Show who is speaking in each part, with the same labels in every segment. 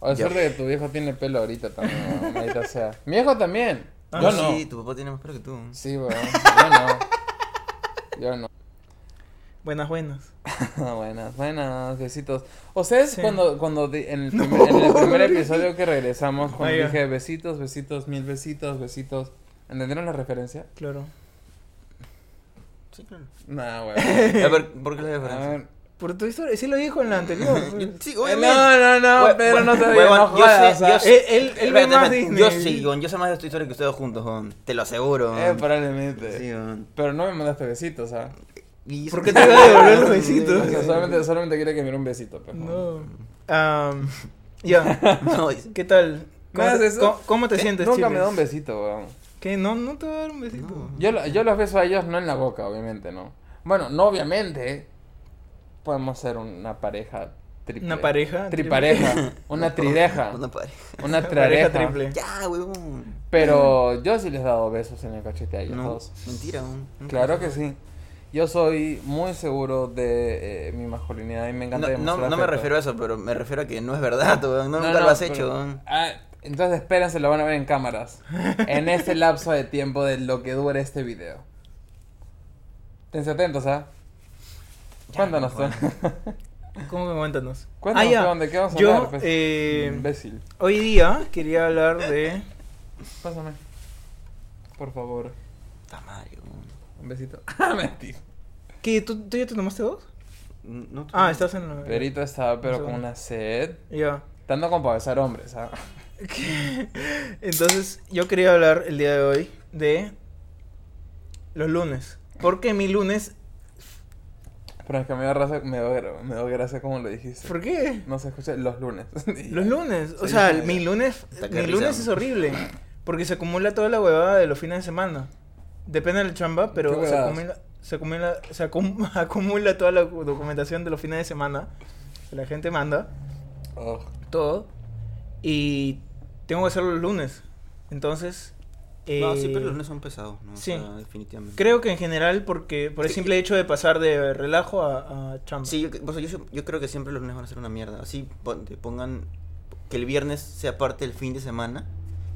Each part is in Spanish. Speaker 1: O es
Speaker 2: Yo.
Speaker 1: suerte que tu viejo tiene pelo ahorita también, ¿no? maldita sea. Mi viejo también.
Speaker 3: Ah,
Speaker 1: Yo no.
Speaker 2: sí, tu papá tiene más pelo que tú.
Speaker 1: Sí, weón. Yo no. Yo no.
Speaker 3: Buenas, buenas.
Speaker 1: buenas, buenas, besitos. Ustedes
Speaker 3: Sí.
Speaker 1: cuando, cuando di- en, el primer, en el primer episodio que regresamos, cuando
Speaker 3: Oiga.
Speaker 1: dije besitos, besitos, mil besitos, besitos. ¿Entendieron la referencia?
Speaker 3: Claro.
Speaker 2: Sí, claro.
Speaker 1: Nah, weón.
Speaker 2: A ver, ¿por qué la
Speaker 1: A
Speaker 2: diferencia?
Speaker 1: ver.
Speaker 3: Por tu historia, sí lo dijo en la anterior. pues.
Speaker 2: Sí,
Speaker 1: Eh,
Speaker 2: obviamente.
Speaker 1: No, no, no,
Speaker 2: Hue-
Speaker 1: pero no te
Speaker 2: hue-
Speaker 1: digo,
Speaker 2: huevón,
Speaker 1: no
Speaker 2: yo
Speaker 1: jodas, ah.
Speaker 2: sé-
Speaker 1: o sea,
Speaker 2: yo sé-
Speaker 3: Ah, él- él- él ve
Speaker 2: Espérate,
Speaker 3: más
Speaker 2: espérate,
Speaker 3: Disney.
Speaker 2: Yo sí, weón, yo sé más de tu historia que ustedes juntos, weón. Te lo aseguro.
Speaker 1: Eh,
Speaker 2: weón.
Speaker 1: probablemente.
Speaker 2: Sí, weón.
Speaker 1: Pero no me mandaste besitos, ¿ah?
Speaker 2: Y-
Speaker 3: ¿Por qué te iba a devolver los
Speaker 1: O sea,
Speaker 3: besitos?
Speaker 1: solamente, solamente quería que me diera un besito, pues, pero.
Speaker 3: No. Am, ya.
Speaker 2: No, es-
Speaker 3: ¿Qué tal?
Speaker 1: ¿Me
Speaker 3: ¿Cómo,
Speaker 1: das
Speaker 3: te-
Speaker 1: eso?
Speaker 3: cómo- cómo te
Speaker 1: ¿Qué?
Speaker 3: sientes,
Speaker 1: Nunca
Speaker 3: Chiles?
Speaker 1: me da un besito, weón.
Speaker 3: ¿Qué? No, no te va a dar un besito.
Speaker 2: No.
Speaker 1: Yo, lo- yo los beso a ellos no en la boca, obviamente, ¿no? Bueno, no obviamente. Podemos ser una pareja triple.
Speaker 3: Una pareja triple.
Speaker 1: Tripareja. Una trideja. Eh.
Speaker 2: Una pareja.
Speaker 1: Una
Speaker 3: Pareja
Speaker 1: trareja.
Speaker 3: triple.
Speaker 2: Ya, weón.
Speaker 1: Pero yo sí les he dado besos en el cachete a ellos
Speaker 2: No,
Speaker 1: dos.
Speaker 2: mentira, weón. Nunca.
Speaker 1: Claro que sí. Yo soy muy seguro de eh, mi masculinidad y me
Speaker 2: No,
Speaker 1: encanta
Speaker 2: no,
Speaker 1: demostrar
Speaker 2: no me
Speaker 1: afecto.
Speaker 2: refiero a eso, pero me refiero a que no es verdad, weón. No,
Speaker 1: No,
Speaker 2: nunca
Speaker 1: no,
Speaker 2: lo has
Speaker 1: pero-
Speaker 2: hecho, weón.
Speaker 1: Ah, entonces espérense, lo van a ver en cámaras. En este lapso de tiempo de lo que dure este video. Tense atentos, ¿ah? Cuéntanos,
Speaker 2: Juan.
Speaker 1: Tony.
Speaker 3: ¿Cómo que cuéntanos?
Speaker 1: Cuéntanos,
Speaker 3: Ah, ya.
Speaker 1: Juan, ¿de qué vamos a
Speaker 3: Yo,
Speaker 1: hablar, pues?
Speaker 3: eh,
Speaker 1: Imbécil.
Speaker 3: hoy día quería hablar de...
Speaker 1: Pásame. Por favor.
Speaker 2: Puta madre, weón.
Speaker 1: Un besito. Ah, mentira.
Speaker 3: ¿Qué? ¿Tú, tú ya te tomaste dos?
Speaker 2: No, tú-
Speaker 3: Ah, estás en la...
Speaker 1: Perito estaba, pero con
Speaker 3: segundo.
Speaker 1: una sed.
Speaker 3: Ya.
Speaker 1: Tanto como para besar hombres, ¿ah?
Speaker 3: Entonces, yo quería hablar el día de hoy de los lunes. Porque mi lunes...
Speaker 1: Pero es que me dio gracia, me dio, gra- me dio gracia como lo dijiste.
Speaker 3: ¿Por qué?
Speaker 1: No se escucha los lunes.
Speaker 3: Los lunes. O
Speaker 1: Sí,
Speaker 3: sea,
Speaker 1: sí.
Speaker 3: mi lunes...
Speaker 2: Está que
Speaker 3: Mi
Speaker 2: risa.
Speaker 3: lunes es horrible. Porque se acumula toda la huevada de los fines de semana. Depende de la chamba,
Speaker 1: ¿Qué
Speaker 3: pero se
Speaker 1: huevadas?
Speaker 3: acumula... Se acumula, se acum- acumula toda la documentación de los fines de semana que la gente manda.
Speaker 1: Oh.
Speaker 3: todo y tengo que hacerlo los lunes. Entonces,
Speaker 2: No, sí,
Speaker 3: eh,
Speaker 2: pero los lunes son pesados, ¿no? O
Speaker 3: sí.
Speaker 2: sea, definitivamente.
Speaker 3: creo que en general porque por el simple hecho de pasar de relajo a, a chamba.
Speaker 2: Sí, yo, o sea, yo, yo creo que siempre los lunes van a ser una mierda. Así pon- te pongan que el viernes sea parte del fin de semana,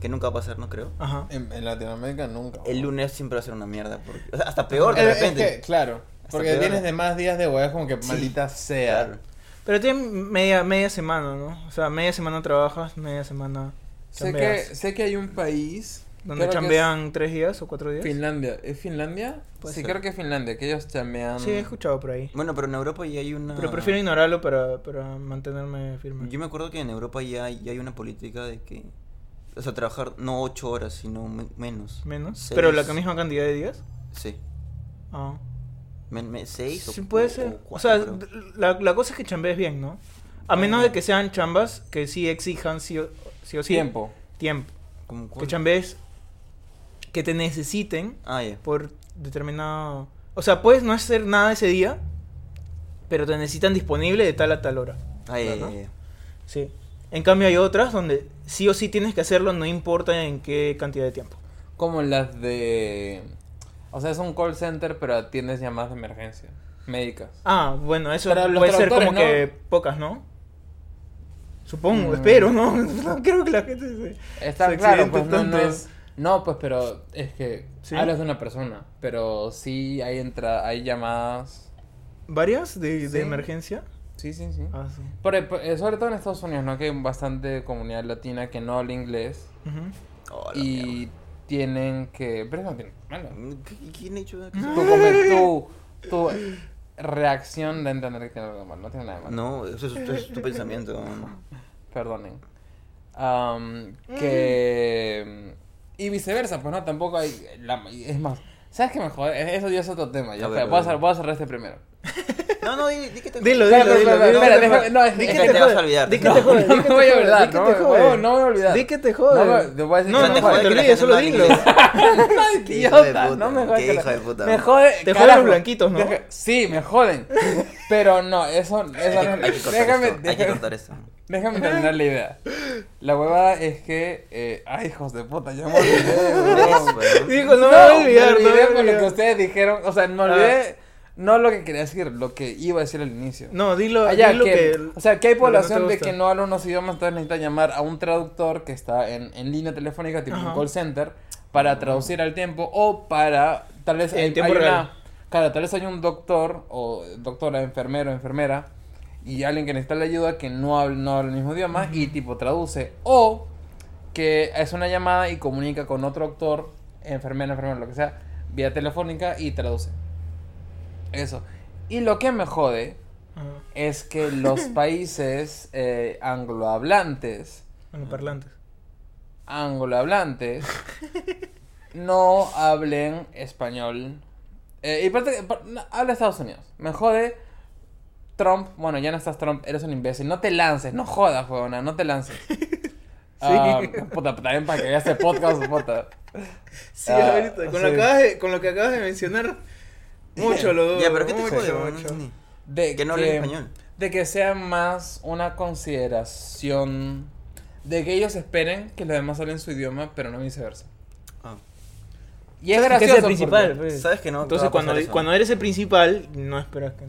Speaker 2: que nunca va a pasar, no creo.
Speaker 3: Ajá.
Speaker 1: En, en Latinoamérica nunca.
Speaker 2: El
Speaker 1: ¿no?
Speaker 2: lunes siempre va a ser una mierda, porque, o sea, hasta peor
Speaker 1: Eh,
Speaker 2: de
Speaker 1: es
Speaker 2: repente.
Speaker 1: que, claro. Porque
Speaker 2: peor.
Speaker 1: tienes de más días de huevas como que
Speaker 2: Sí.
Speaker 1: maldita sea.
Speaker 2: Claro.
Speaker 3: Pero tiene media media semana, ¿no? O sea, media semana trabajas, media semana
Speaker 1: Sé
Speaker 3: chambeas.
Speaker 1: que, sé que hay un país.
Speaker 3: donde
Speaker 1: creo que es
Speaker 3: chambean tres días o cuatro días.
Speaker 1: Finlandia. ¿Es Finlandia?
Speaker 2: Puede
Speaker 1: sí,
Speaker 2: ser.
Speaker 1: creo que es Finlandia, que ellos chambean.
Speaker 3: Sí, he escuchado por ahí.
Speaker 2: Bueno, pero en Europa ya hay una...
Speaker 3: Pero prefiero ignorarlo para, para mantenerme firme.
Speaker 2: Yo me acuerdo que en Europa ya hay, ya hay una política de que... O sea, trabajar no ocho horas, sino me- menos.
Speaker 3: Menos.
Speaker 2: Seis.
Speaker 3: Pero la misma cantidad de días.
Speaker 2: Sí.
Speaker 3: Ah.
Speaker 2: Men- me- seis o
Speaker 3: Sí, puede
Speaker 2: o-
Speaker 3: ser.
Speaker 2: o
Speaker 3: O
Speaker 2: cuatro,
Speaker 3: sea,
Speaker 2: creo. Ah.
Speaker 3: d- la, la cosa es que chambees bien, ¿no? A menos de que sean chambas que sí exijan sí o sí. o sí
Speaker 1: Tiempo.
Speaker 3: Tiempo.
Speaker 2: Como
Speaker 3: Que
Speaker 2: cuatro.
Speaker 3: chambees que te necesiten
Speaker 2: Ah, ya.
Speaker 3: por determinado... O sea, puedes no hacer nada ese día, pero te necesitan disponible de tal a tal hora.
Speaker 2: Ah, ya, ya,
Speaker 3: Ajá.
Speaker 2: ya.
Speaker 3: Sí. En cambio hay otras donde sí o sí tienes que hacerlo, no importa en qué cantidad de tiempo.
Speaker 1: Como las de. O sea, es un call center, pero atiendes llamadas de emergencia. Médicas.
Speaker 3: Ah, bueno, eso
Speaker 1: Pero los
Speaker 3: puede ser como
Speaker 1: traductores,
Speaker 3: que pocas, ¿no? Supongo,
Speaker 1: Mm.
Speaker 3: espero, ¿no? No creo que la gente se...
Speaker 1: Está
Speaker 3: se
Speaker 1: claro,
Speaker 3: accidente
Speaker 1: pues no, no
Speaker 3: tanto.
Speaker 1: es. No, pues, pero es que
Speaker 3: ¿Sí?
Speaker 1: hablas de una persona, pero sí hay entra, hay llamadas.
Speaker 3: ¿Varias de, de
Speaker 1: Sí.
Speaker 3: emergencia?
Speaker 1: Sí, sí, sí.
Speaker 3: Ah, sí.
Speaker 1: Por- por- eh, sobre todo en Estados Unidos, ¿no? Que hay bastante comunidad latina que no habla inglés.
Speaker 3: Ujú.
Speaker 2: Oh, la mierda.
Speaker 1: y tienen que. Pero eso no tiene malo.
Speaker 2: ¿Qué- ¿Quién ha hecho eso?
Speaker 1: Tu, come- tu, tu reacción de entender que tiene algo de malo. No tiene nada de malo.
Speaker 2: No, eso es, eso es tu pensamiento. ¿no?
Speaker 1: Perdonen. Am, que. Y viceversa, pues no, tampoco hay. la- es más. ¿Sabes qué me jode? Es- Eso ya es otro tema. Ya,
Speaker 2: A ver,
Speaker 1: voy, a
Speaker 2: a ver.
Speaker 1: cerrar, voy a cerrar este primero.
Speaker 2: No, no, di, di que te
Speaker 3: Dilo,
Speaker 1: Espera,
Speaker 3: dilo,
Speaker 1: espera,
Speaker 3: dilo. dilo,
Speaker 1: espera,
Speaker 3: dilo,
Speaker 1: deja-
Speaker 3: dilo.
Speaker 1: no, es
Speaker 3: Di
Speaker 1: que-
Speaker 3: que
Speaker 1: es
Speaker 3: te
Speaker 1: que te
Speaker 2: vas
Speaker 3: jode,
Speaker 2: a olvidar.
Speaker 3: di que
Speaker 2: No,
Speaker 3: te jode,
Speaker 1: no
Speaker 3: di
Speaker 1: me
Speaker 3: que
Speaker 1: voy a
Speaker 3: te
Speaker 1: olvidar,
Speaker 3: jode,
Speaker 1: no
Speaker 3: di que
Speaker 1: me-
Speaker 3: te jode.
Speaker 1: huevón, no me voy a olvidar.
Speaker 3: Di que te
Speaker 1: No,
Speaker 3: jode.
Speaker 1: me- te voy a decir
Speaker 3: No,
Speaker 1: que
Speaker 3: no
Speaker 1: me
Speaker 3: te
Speaker 1: jode
Speaker 3: jode,
Speaker 1: que la
Speaker 3: te olvides,
Speaker 2: gente no
Speaker 3: solo
Speaker 2: habla
Speaker 3: dilo.
Speaker 2: inglés.
Speaker 1: No,
Speaker 2: Qué hijo de
Speaker 1: idiota,
Speaker 2: puta,
Speaker 1: no me
Speaker 2: qué
Speaker 1: jodas. que
Speaker 2: hijo
Speaker 1: la-
Speaker 2: de puta,
Speaker 1: Me
Speaker 2: man.
Speaker 1: jode.
Speaker 3: Te joden
Speaker 1: carajo.
Speaker 3: los blanquitos, ¿no?
Speaker 1: Deja- Sí, me joden. Pero no, eso. eso
Speaker 2: Hay que, hay que cortar
Speaker 1: déjame,
Speaker 2: esto. Hay que
Speaker 1: déjame-
Speaker 2: cortar esto.
Speaker 1: déjame terminar la idea. La huevada es que. eh, ay, hijos de puta, ya me olvidé,
Speaker 2: Eso,
Speaker 1: weón.
Speaker 2: weón.
Speaker 3: Dijo, no me voy a olvidar,
Speaker 1: me
Speaker 3: no me Ah.
Speaker 1: olvidé
Speaker 3: voy a
Speaker 1: por lo que
Speaker 3: olvidar.
Speaker 1: ustedes dijeron. O sea, me olvidé. No lo que quería decir, lo que iba a decir al inicio.
Speaker 3: No, dilo,
Speaker 2: Ah,
Speaker 1: Allá,
Speaker 3: di lo
Speaker 1: que,
Speaker 3: que...
Speaker 1: o sea, que hay
Speaker 3: lo que no te
Speaker 1: población de
Speaker 3: gusta.
Speaker 1: que no habla unos idiomas, entonces necesita llamar a un traductor que está en, en línea telefónica, tipo un
Speaker 3: Ajá.
Speaker 1: call center, para traducir al tiempo o para, tal vez
Speaker 3: En
Speaker 1: hay,
Speaker 3: tiempo
Speaker 1: hay
Speaker 3: real.
Speaker 1: una- claro, tal vez hay un doctor o doctora, enfermero, enfermera, y alguien que necesita la ayuda que no habla, no habla el mismo idioma y tipo traduce. O que es una llamada y comunica con otro doctor, enfermera, enfermero, lo que sea, vía telefónica y traduce. Eso. Y lo que me jode
Speaker 2: Ah,
Speaker 3: Ajá,
Speaker 1: es que los países eh, anglohablantes,
Speaker 3: angloparlantes.
Speaker 1: anglohablantes, no hablen español. Eh, y parte, par- no, habla Estados Unidos. Me jode Trump. Bueno, ya no estás Trump, eres un imbécil. No te lances, no jodas, huevona, no te lances. Ah, puta, también para que veas este podcast, puta.
Speaker 3: Sí,
Speaker 1: Ah,
Speaker 3: ahorita, con, Lo
Speaker 1: sí.
Speaker 3: acabas de- con lo que acabas de mencionar, mucho lo
Speaker 2: Ya, pero ¿qué te
Speaker 3: mucho,
Speaker 2: jode, weón? No
Speaker 3: mucho.
Speaker 2: entendí.
Speaker 1: De
Speaker 2: Que no hablen español.
Speaker 1: De que sea más una consideración. De que ellos esperen que los demás hablen su idioma, pero no viceversa.
Speaker 2: Ah.
Speaker 1: Y es
Speaker 3: Que
Speaker 1: gracioso.
Speaker 3: es el
Speaker 1: porque-
Speaker 3: principal. pues.
Speaker 2: Sabes que no te va
Speaker 3: Entonces,
Speaker 2: a pasar
Speaker 3: cuando,
Speaker 2: eso,
Speaker 3: cuando
Speaker 2: ¿no?
Speaker 3: eres el principal, no esperas que,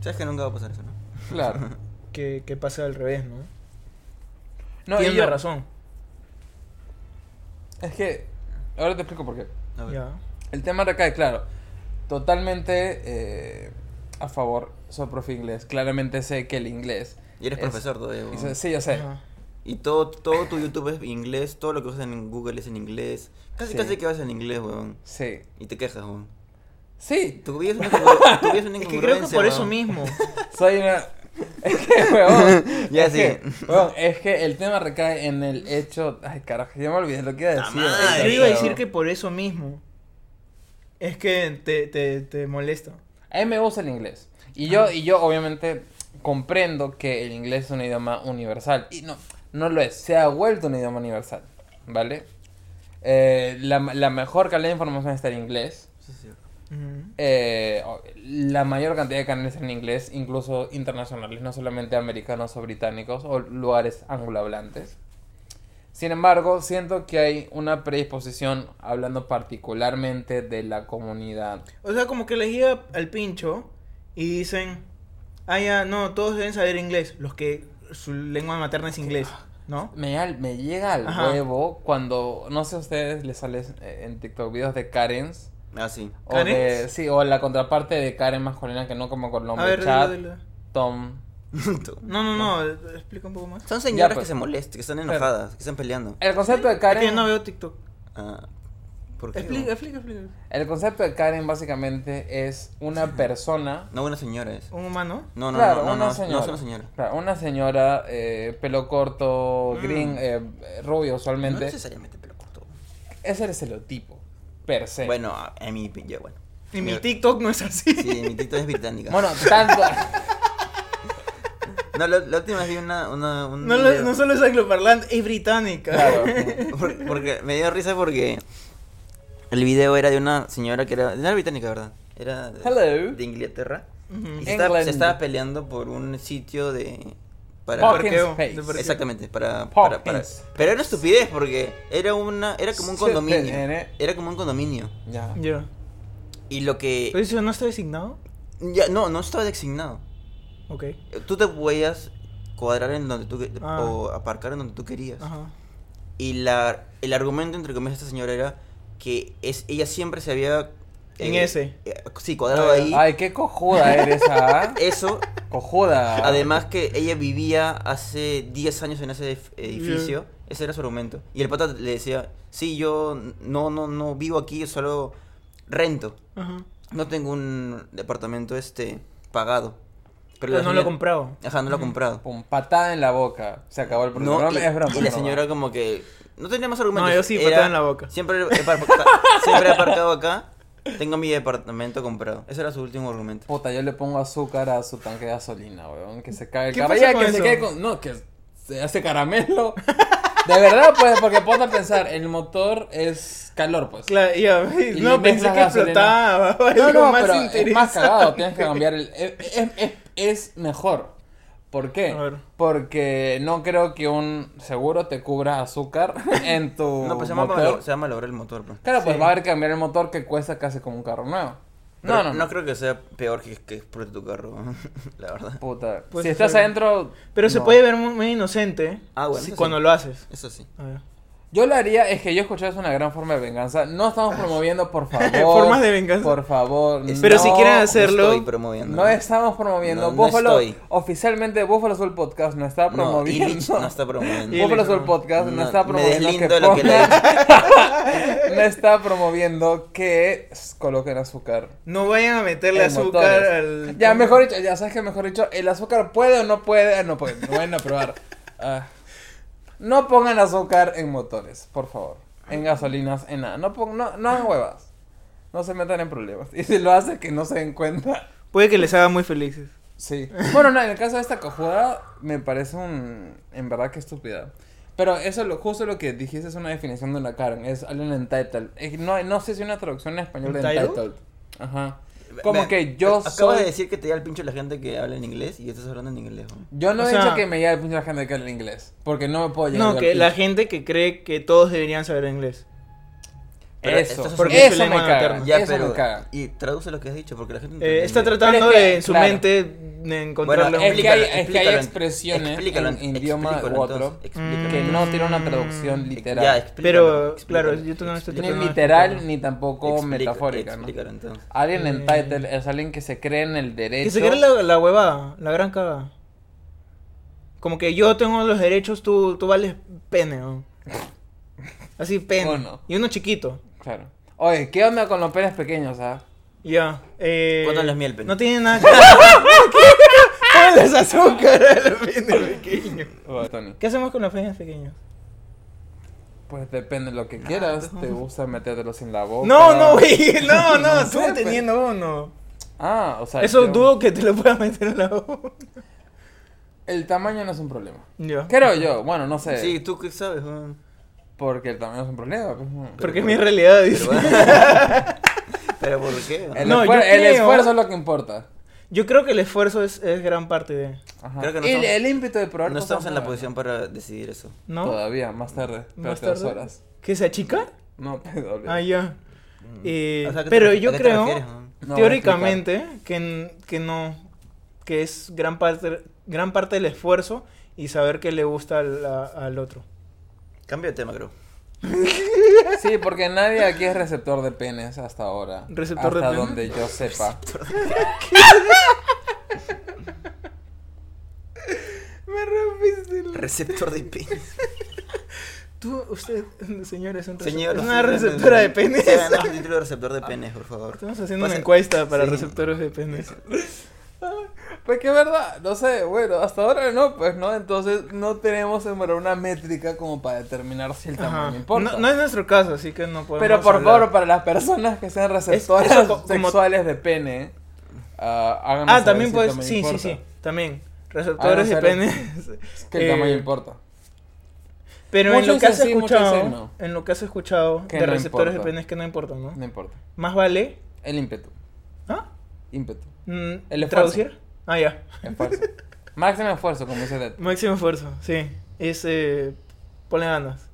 Speaker 2: Sabes que nunca va a pasar eso, ¿no?
Speaker 1: Claro.
Speaker 3: que, que pase al revés, ¿no?
Speaker 1: No, y
Speaker 3: Tienes
Speaker 1: yo-
Speaker 3: razón.
Speaker 1: Es que. Ahora te explico por qué.
Speaker 2: A ver.
Speaker 3: Ya.
Speaker 1: El tema recae, claro. Totalmente eh, a favor. Soy profe inglés. Claramente sé que el inglés.
Speaker 2: Y eres
Speaker 1: es-
Speaker 2: profesor todavía,
Speaker 1: y
Speaker 2: weón.
Speaker 1: sé- sí, yo sé.
Speaker 3: Ajá.
Speaker 2: Y todo, todo tu YouTube es inglés, todo lo que usas en Google es en inglés. Casi
Speaker 1: Sí.
Speaker 2: casi que vas en inglés, weón.
Speaker 1: Sí.
Speaker 2: Y te quejas, weón.
Speaker 1: Sí.
Speaker 2: Tu vida es una, incongru- tu vida es una
Speaker 3: Es que creo que
Speaker 2: incongruencia,
Speaker 3: por eso
Speaker 2: weón.
Speaker 3: mismo.
Speaker 1: Soy una. Es que, huevón.
Speaker 2: Ya
Speaker 1: es
Speaker 2: sí.
Speaker 1: que, huevón, es que el tema recae en el hecho. Ay, carajo, ya me olvidé lo que iba a
Speaker 2: Ta
Speaker 1: decir.
Speaker 2: madre.
Speaker 1: ahorita,
Speaker 3: Yo iba a
Speaker 1: pero-
Speaker 3: decir que por eso mismo. Es que te, te, te molesta.
Speaker 1: A mí me gusta el inglés. Y yo, y yo obviamente comprendo que el inglés es un idioma universal. Y no, no lo es. Se ha vuelto un idioma universal. ¿Vale? Eh, la, la mejor calidad de información está en inglés.
Speaker 2: Sí, sí.
Speaker 3: Ujú.
Speaker 1: Eh, o- la mayor cantidad de canales en inglés, incluso internacionales, no solamente americanos o británicos o lugares anglohablantes. Sin embargo, siento que hay una predisposición, hablando particularmente de la comunidad.
Speaker 3: O sea, como que les llega al pincho y dicen, ah, ya, no, todos deben saber inglés, los que su lengua materna es inglés, ¿no?
Speaker 1: Me, al- me llega al
Speaker 3: Ajá.
Speaker 1: huevo cuando, no sé a ustedes, les sale eh, en TikTok videos de Karens.
Speaker 2: Ah, sí.
Speaker 1: O de,
Speaker 3: ¿Karens?
Speaker 1: sí, o la contraparte de Karen masculina que no como con
Speaker 3: A
Speaker 1: nombre
Speaker 3: ver,
Speaker 1: chat,
Speaker 3: dilo, dilo.
Speaker 1: Tom.
Speaker 3: No, no, no, eh, explica un poco más.
Speaker 2: Son
Speaker 1: Ya,
Speaker 2: señoras
Speaker 1: pues.
Speaker 2: que se molestan, que están
Speaker 1: Pero-
Speaker 2: enojadas, que están peleando.
Speaker 1: El concepto de Karen...
Speaker 3: Es que no veo TikTok.
Speaker 2: Ah, ¿Por qué?
Speaker 3: Explica,
Speaker 2: weón?
Speaker 3: explica, explica.
Speaker 1: El concepto de Karen básicamente es una persona,
Speaker 2: No, una señora es.
Speaker 3: ¿Un humano?
Speaker 2: No, no,
Speaker 1: Claro,
Speaker 2: no, no,
Speaker 1: una
Speaker 2: no, es- no
Speaker 1: señora.
Speaker 2: es una señora.
Speaker 1: claro, una señora, eh, pelo corto,
Speaker 3: Mm.
Speaker 1: green, eh, rubio
Speaker 2: No
Speaker 1: usualmente. es...
Speaker 2: necesariamente pelo corto.
Speaker 1: el estereotipo, per se.
Speaker 2: Bueno, a- en mi ya bueno.
Speaker 3: Y mi
Speaker 2: Mira,
Speaker 3: TikTok no es así.
Speaker 2: Sí, mi tito es británica.
Speaker 1: Bueno, tanto...
Speaker 2: No, la, la última vez vi una, una un
Speaker 3: No, lo-
Speaker 2: video.
Speaker 3: no solo es angloparlante, es británica.
Speaker 1: Mm, claro.
Speaker 2: Por- porque me dio risa porque el video era de una señora que era, no era británica, ¿verdad? Era de,
Speaker 1: Hello.
Speaker 2: de Inglaterra. Y
Speaker 3: Ujú.
Speaker 2: se estaba,
Speaker 1: England.
Speaker 2: se estaba peleando por un sitio de... Para,
Speaker 1: Parking
Speaker 3: parqueo,
Speaker 1: space.
Speaker 3: de parqueo.
Speaker 2: Exactamente, para, para, para-
Speaker 1: Parkings.
Speaker 2: Pero era estupidez porque era una era como un
Speaker 1: Sí,
Speaker 2: condominio.
Speaker 3: eh,
Speaker 1: nene.
Speaker 2: Era como un condominio.
Speaker 1: Ya.
Speaker 3: Ya.
Speaker 2: Y lo
Speaker 3: Pero
Speaker 2: que...
Speaker 3: eso no está designado.
Speaker 2: Ya, no, no estaba designado.
Speaker 3: Ok.
Speaker 2: Tú te podías cuadrar en donde tú... que-
Speaker 3: Ah.
Speaker 2: O aparcar en donde tú querías.
Speaker 3: Ajá.
Speaker 2: Y la, el argumento, entre comillas, de esta señora era que es, ella siempre se había...
Speaker 3: En ese.
Speaker 2: eh, sí, cuadrado
Speaker 3: Ah,
Speaker 2: ahí.
Speaker 1: Ay, qué cojuda eres, ¿ah?
Speaker 2: Eso.
Speaker 1: Cojuda.
Speaker 2: Además que ella vivía hace 10 años en ese edif- edificio. Ese era su argumento. Y el pata le decía, sí, yo no, no, no vivo aquí, yo solo rento.
Speaker 3: Ajá.
Speaker 2: No tengo un departamento este pagado.
Speaker 3: Pero
Speaker 2: la
Speaker 3: no lo he
Speaker 2: señora-
Speaker 3: comprado.
Speaker 2: Ajá, no lo he comprado.
Speaker 1: Pum, patada en la boca. Se acabó el
Speaker 2: No,
Speaker 1: programa.
Speaker 2: y,
Speaker 1: es broma.
Speaker 2: y la
Speaker 1: no,
Speaker 2: señora
Speaker 1: va.
Speaker 2: como que no tenía más argumentos.
Speaker 3: No, yo sí, patada en la boca.
Speaker 2: Siempre he, par- pa- siempre he aparcado acá. Tengo mi departamento comprado. Ese era su último argumento.
Speaker 1: Puta, yo le pongo azúcar a su tanque de gasolina, weón. Que se cae el
Speaker 3: ¿Qué
Speaker 1: caramelo. Ya,
Speaker 3: pasa con
Speaker 1: que se
Speaker 3: eso?
Speaker 1: quede con. No, que se hace caramelo. De verdad, pues, porque ponte a pensar, el motor es calor, pues.
Speaker 3: Claro, ya,
Speaker 1: Y le
Speaker 3: no, pensé
Speaker 1: mezclas
Speaker 3: que
Speaker 1: gasolina.
Speaker 3: explotaba.
Speaker 1: No,
Speaker 3: algo
Speaker 1: no,
Speaker 3: más
Speaker 1: pero es más
Speaker 3: interesante.
Speaker 1: cagado, tienes que cambiar el... Es, es- es- es mejor. ¿Por qué?
Speaker 3: A ver.
Speaker 1: Porque no creo que un seguro te cubra azúcar en tu
Speaker 2: No, pues se llama,
Speaker 1: motor.
Speaker 2: malo- se llama lograr el motor. pues.
Speaker 1: Claro, pues
Speaker 3: Sí.
Speaker 1: va a haber que cambiar el motor que cuesta casi como un carro nuevo.
Speaker 2: Pero
Speaker 1: No, no, no.
Speaker 2: creo que sea peor que, que explote tu carro, la verdad.
Speaker 1: Puta.
Speaker 3: Pues
Speaker 1: si
Speaker 3: eso
Speaker 1: estás
Speaker 3: es-
Speaker 1: adentro.
Speaker 3: Pero se
Speaker 1: no.
Speaker 3: puede ver muy, muy inocente
Speaker 2: Ah, bueno,
Speaker 3: si-
Speaker 2: eso sí.
Speaker 3: cuando lo haces.
Speaker 2: Eso sí.
Speaker 3: A ver.
Speaker 1: Yo lo haría, es que yo escuché es una gran forma de venganza. No estamos promoviendo, por favor.
Speaker 3: Formas de venganza.
Speaker 1: Por favor.
Speaker 3: Pero
Speaker 1: no,
Speaker 3: si quieren
Speaker 2: No
Speaker 3: hacerlo-
Speaker 2: estoy promoviendo.
Speaker 1: No estamos promoviendo.
Speaker 2: No, no
Speaker 1: Buffalo,
Speaker 2: estoy.
Speaker 1: oficialmente Buffalo Soul Podcast no está
Speaker 2: No,
Speaker 1: promoviendo.
Speaker 2: Illich no está promoviendo.
Speaker 3: Illich,
Speaker 1: Buffalo Soul
Speaker 3: no.
Speaker 1: Podcast no,
Speaker 2: No,
Speaker 1: está
Speaker 2: me
Speaker 1: promoviendo.
Speaker 2: deslindo
Speaker 1: que
Speaker 2: de lo que le he
Speaker 1: pongan- no está promoviendo que s- coloquen azúcar.
Speaker 3: No vayan a meterle
Speaker 1: en
Speaker 3: azúcar
Speaker 1: motores.
Speaker 3: al.
Speaker 1: Ya, mejor dicho, ya sabes que mejor dicho, el azúcar puede o no puede. Ah, No puede, no vayan a probar. Ah. No pongan azúcar en motores, por favor. En gasolinas, en nada. No, pon- no, no hagan huevas. No se metan en problemas. Y si lo hace, que no se den cuenta.
Speaker 3: Puede que les haga muy felices.
Speaker 1: Sí. Bueno, no, en el caso de esta cojuda me parece un... En verdad que estúpida. Pero eso, lo, justo lo que dijiste es una definición de una Karen. Es alguien entitled. Es- no, no sé si una traducción en español de
Speaker 3: ¿Entitled?
Speaker 1: entitled. Ajá. Como
Speaker 2: Vean,
Speaker 1: que yo
Speaker 2: acabas
Speaker 1: soy...
Speaker 2: de decir que te da el pincho la gente que habla en inglés y estás hablando en inglés. ¿no?
Speaker 1: Yo no
Speaker 3: O
Speaker 1: he
Speaker 3: sea-
Speaker 1: dicho que me lleve el pinche la gente que habla inglés. Porque no me puedo llegar
Speaker 3: No,
Speaker 1: al
Speaker 3: que la
Speaker 1: pinche.
Speaker 3: gente que cree que todos deberían saber inglés. Eh,
Speaker 2: Pero
Speaker 1: Eso,
Speaker 2: esto es
Speaker 1: porque
Speaker 3: su
Speaker 1: eso me
Speaker 3: lengua
Speaker 1: caga.
Speaker 3: materna.
Speaker 2: Ya,
Speaker 1: eso
Speaker 2: pero.
Speaker 1: me caga.
Speaker 2: Y traduce lo que has dicho porque la gente. no
Speaker 3: Eh,
Speaker 2: entiende
Speaker 3: está
Speaker 2: inglés.
Speaker 3: tratando
Speaker 1: Pero es que,
Speaker 3: de en su
Speaker 1: claro.
Speaker 3: mente de encontrarle
Speaker 1: Bueno,
Speaker 3: un...
Speaker 1: es que hay-
Speaker 2: explícalo,
Speaker 1: es que hay
Speaker 2: explícalo,
Speaker 1: expresiones
Speaker 2: explícalo,
Speaker 1: en idioma u
Speaker 2: explícalo,
Speaker 1: otro
Speaker 2: entonces, explícalo.
Speaker 1: Que no tiene una traducción
Speaker 3: Mm,
Speaker 1: literal.
Speaker 2: Ya, explícalo,
Speaker 3: Pero,
Speaker 2: explícalo,
Speaker 3: claro, yo no
Speaker 1: ni
Speaker 3: estoy tratando
Speaker 2: explícalo,
Speaker 3: de
Speaker 1: literal
Speaker 3: explicarlo.
Speaker 1: ni tampoco
Speaker 2: explícalo,
Speaker 1: metafórica, ¿no?
Speaker 2: explícalo, entonces.
Speaker 1: Alguien
Speaker 3: Eh.
Speaker 1: entitled es alguien que se cree en el derecho.
Speaker 3: Que se cree la, la huevada, la gran cagada. Como que yo tengo los derechos, tú, tú vales pene, ¿no? Así, pene.
Speaker 1: Uno.
Speaker 3: Y uno chiquito.
Speaker 1: Claro. Oye, ¿qué onda con los penes pequeños, ah?
Speaker 3: Ya. Eh,
Speaker 2: Ponle las miel, pene.
Speaker 3: No tiene nada que ver. Ponles azúcar a los penes pequeños.
Speaker 1: Bueno, Tony.
Speaker 3: ¿Qué hacemos con los penes pequeños?
Speaker 1: Pues depende de lo que quieras. ¿Te gusta metértelo sin la boca?
Speaker 3: Ah, No, no, güey. No, no,
Speaker 1: Oh, No
Speaker 3: tú
Speaker 1: sé, pe-
Speaker 3: teniendo uno.
Speaker 1: Ah, o sea.
Speaker 3: Eso
Speaker 1: yo-
Speaker 3: dudo que te lo puedas meter en la boca.
Speaker 1: El tamaño no es un problema.
Speaker 3: Ya.
Speaker 1: Creo yo. Bueno, no sé.
Speaker 2: Sí, tú qué sabes, weón?
Speaker 1: Porque el tamaño es un problema. pues, no.
Speaker 3: Porque es mi realidad, dice.
Speaker 2: Pero, pero ¿por qué?
Speaker 1: El,
Speaker 3: No,
Speaker 1: esfuer-
Speaker 3: yo
Speaker 1: el
Speaker 3: creo-
Speaker 1: esfuerzo es lo que importa.
Speaker 3: Yo creo que el esfuerzo es, es gran parte de.
Speaker 1: Ajá.
Speaker 2: Creo que no
Speaker 1: Y
Speaker 2: estamos-
Speaker 1: el ímpetu de probar
Speaker 2: No
Speaker 1: cosas
Speaker 2: estamos en la
Speaker 1: nuevas.
Speaker 2: posición para decidir eso.
Speaker 3: ¿No?
Speaker 1: Todavía, más tarde. Pero
Speaker 3: Más
Speaker 1: te dos
Speaker 3: tarde.
Speaker 1: horas.
Speaker 3: ¿Qué se achica?
Speaker 1: No, pero.
Speaker 3: Ah, ya. Eh,
Speaker 2: O sea, ¿a qué te
Speaker 3: pero
Speaker 2: refi-
Speaker 3: yo
Speaker 2: a qué te
Speaker 3: creo,
Speaker 2: refieres, man?
Speaker 1: No,
Speaker 3: teóricamente, que, n- que no. Que es gran parte, gran parte del esfuerzo y saber que le gusta al, a- al otro.
Speaker 2: Cambio de tema, creo.
Speaker 1: Sí, porque nadie aquí es receptor de penes hasta ahora.
Speaker 3: ¿Receptor de
Speaker 1: hasta
Speaker 3: penes?
Speaker 1: donde yo sepa.
Speaker 3: Me rompiste.
Speaker 2: Receptor de penes.
Speaker 3: Tú, usted, señor, es, un recep-
Speaker 2: Señor.
Speaker 3: es una receptora de penes.
Speaker 2: Se ganó el título de receptor de penes, por favor.
Speaker 3: Estamos haciendo una
Speaker 2: Pasa-
Speaker 3: encuesta para
Speaker 2: Sí.
Speaker 3: receptores de penes.
Speaker 1: Pues que es verdad, no sé, bueno, hasta ahora no, pues no, entonces no tenemos en verdad una métrica como para determinar si el tamaño
Speaker 3: Ajá.
Speaker 1: importa.
Speaker 3: No, no es nuestro caso, así que no podemos.
Speaker 1: Pero por
Speaker 3: hablar.
Speaker 1: favor, para las personas que sean receptoras
Speaker 3: eso co- como-
Speaker 1: sexuales de pene, ah, háganos
Speaker 3: Ah,
Speaker 1: saber si
Speaker 3: también
Speaker 1: el
Speaker 3: puedes.
Speaker 1: tamaño
Speaker 3: Sí, sí,
Speaker 1: importa.
Speaker 3: sí. También.
Speaker 1: Ah, no,
Speaker 3: Receptores de
Speaker 1: cero.
Speaker 3: penes.
Speaker 1: Es que el
Speaker 3: Eh,
Speaker 1: tamaño importa.
Speaker 3: Pero en
Speaker 1: Muchos
Speaker 3: lo que has
Speaker 1: dicen sí, muchos
Speaker 3: escuchado,
Speaker 1: dicen no.
Speaker 3: en lo que has escuchado
Speaker 1: Que
Speaker 3: de
Speaker 1: no
Speaker 3: receptores
Speaker 1: importa.
Speaker 3: de penes que no importan, ¿no?
Speaker 1: No importa.
Speaker 3: Más vale.
Speaker 1: El ímpetu.
Speaker 3: ¿Ah?
Speaker 1: Ímpetu.
Speaker 3: Mm,
Speaker 1: El esfuerzo.
Speaker 3: ¿Traducir? Ah, ya.
Speaker 1: Esfuerzo. Máximo esfuerzo, como dice Dead.
Speaker 3: Máximo esfuerzo, sí. Es. Eh, ponle ganas.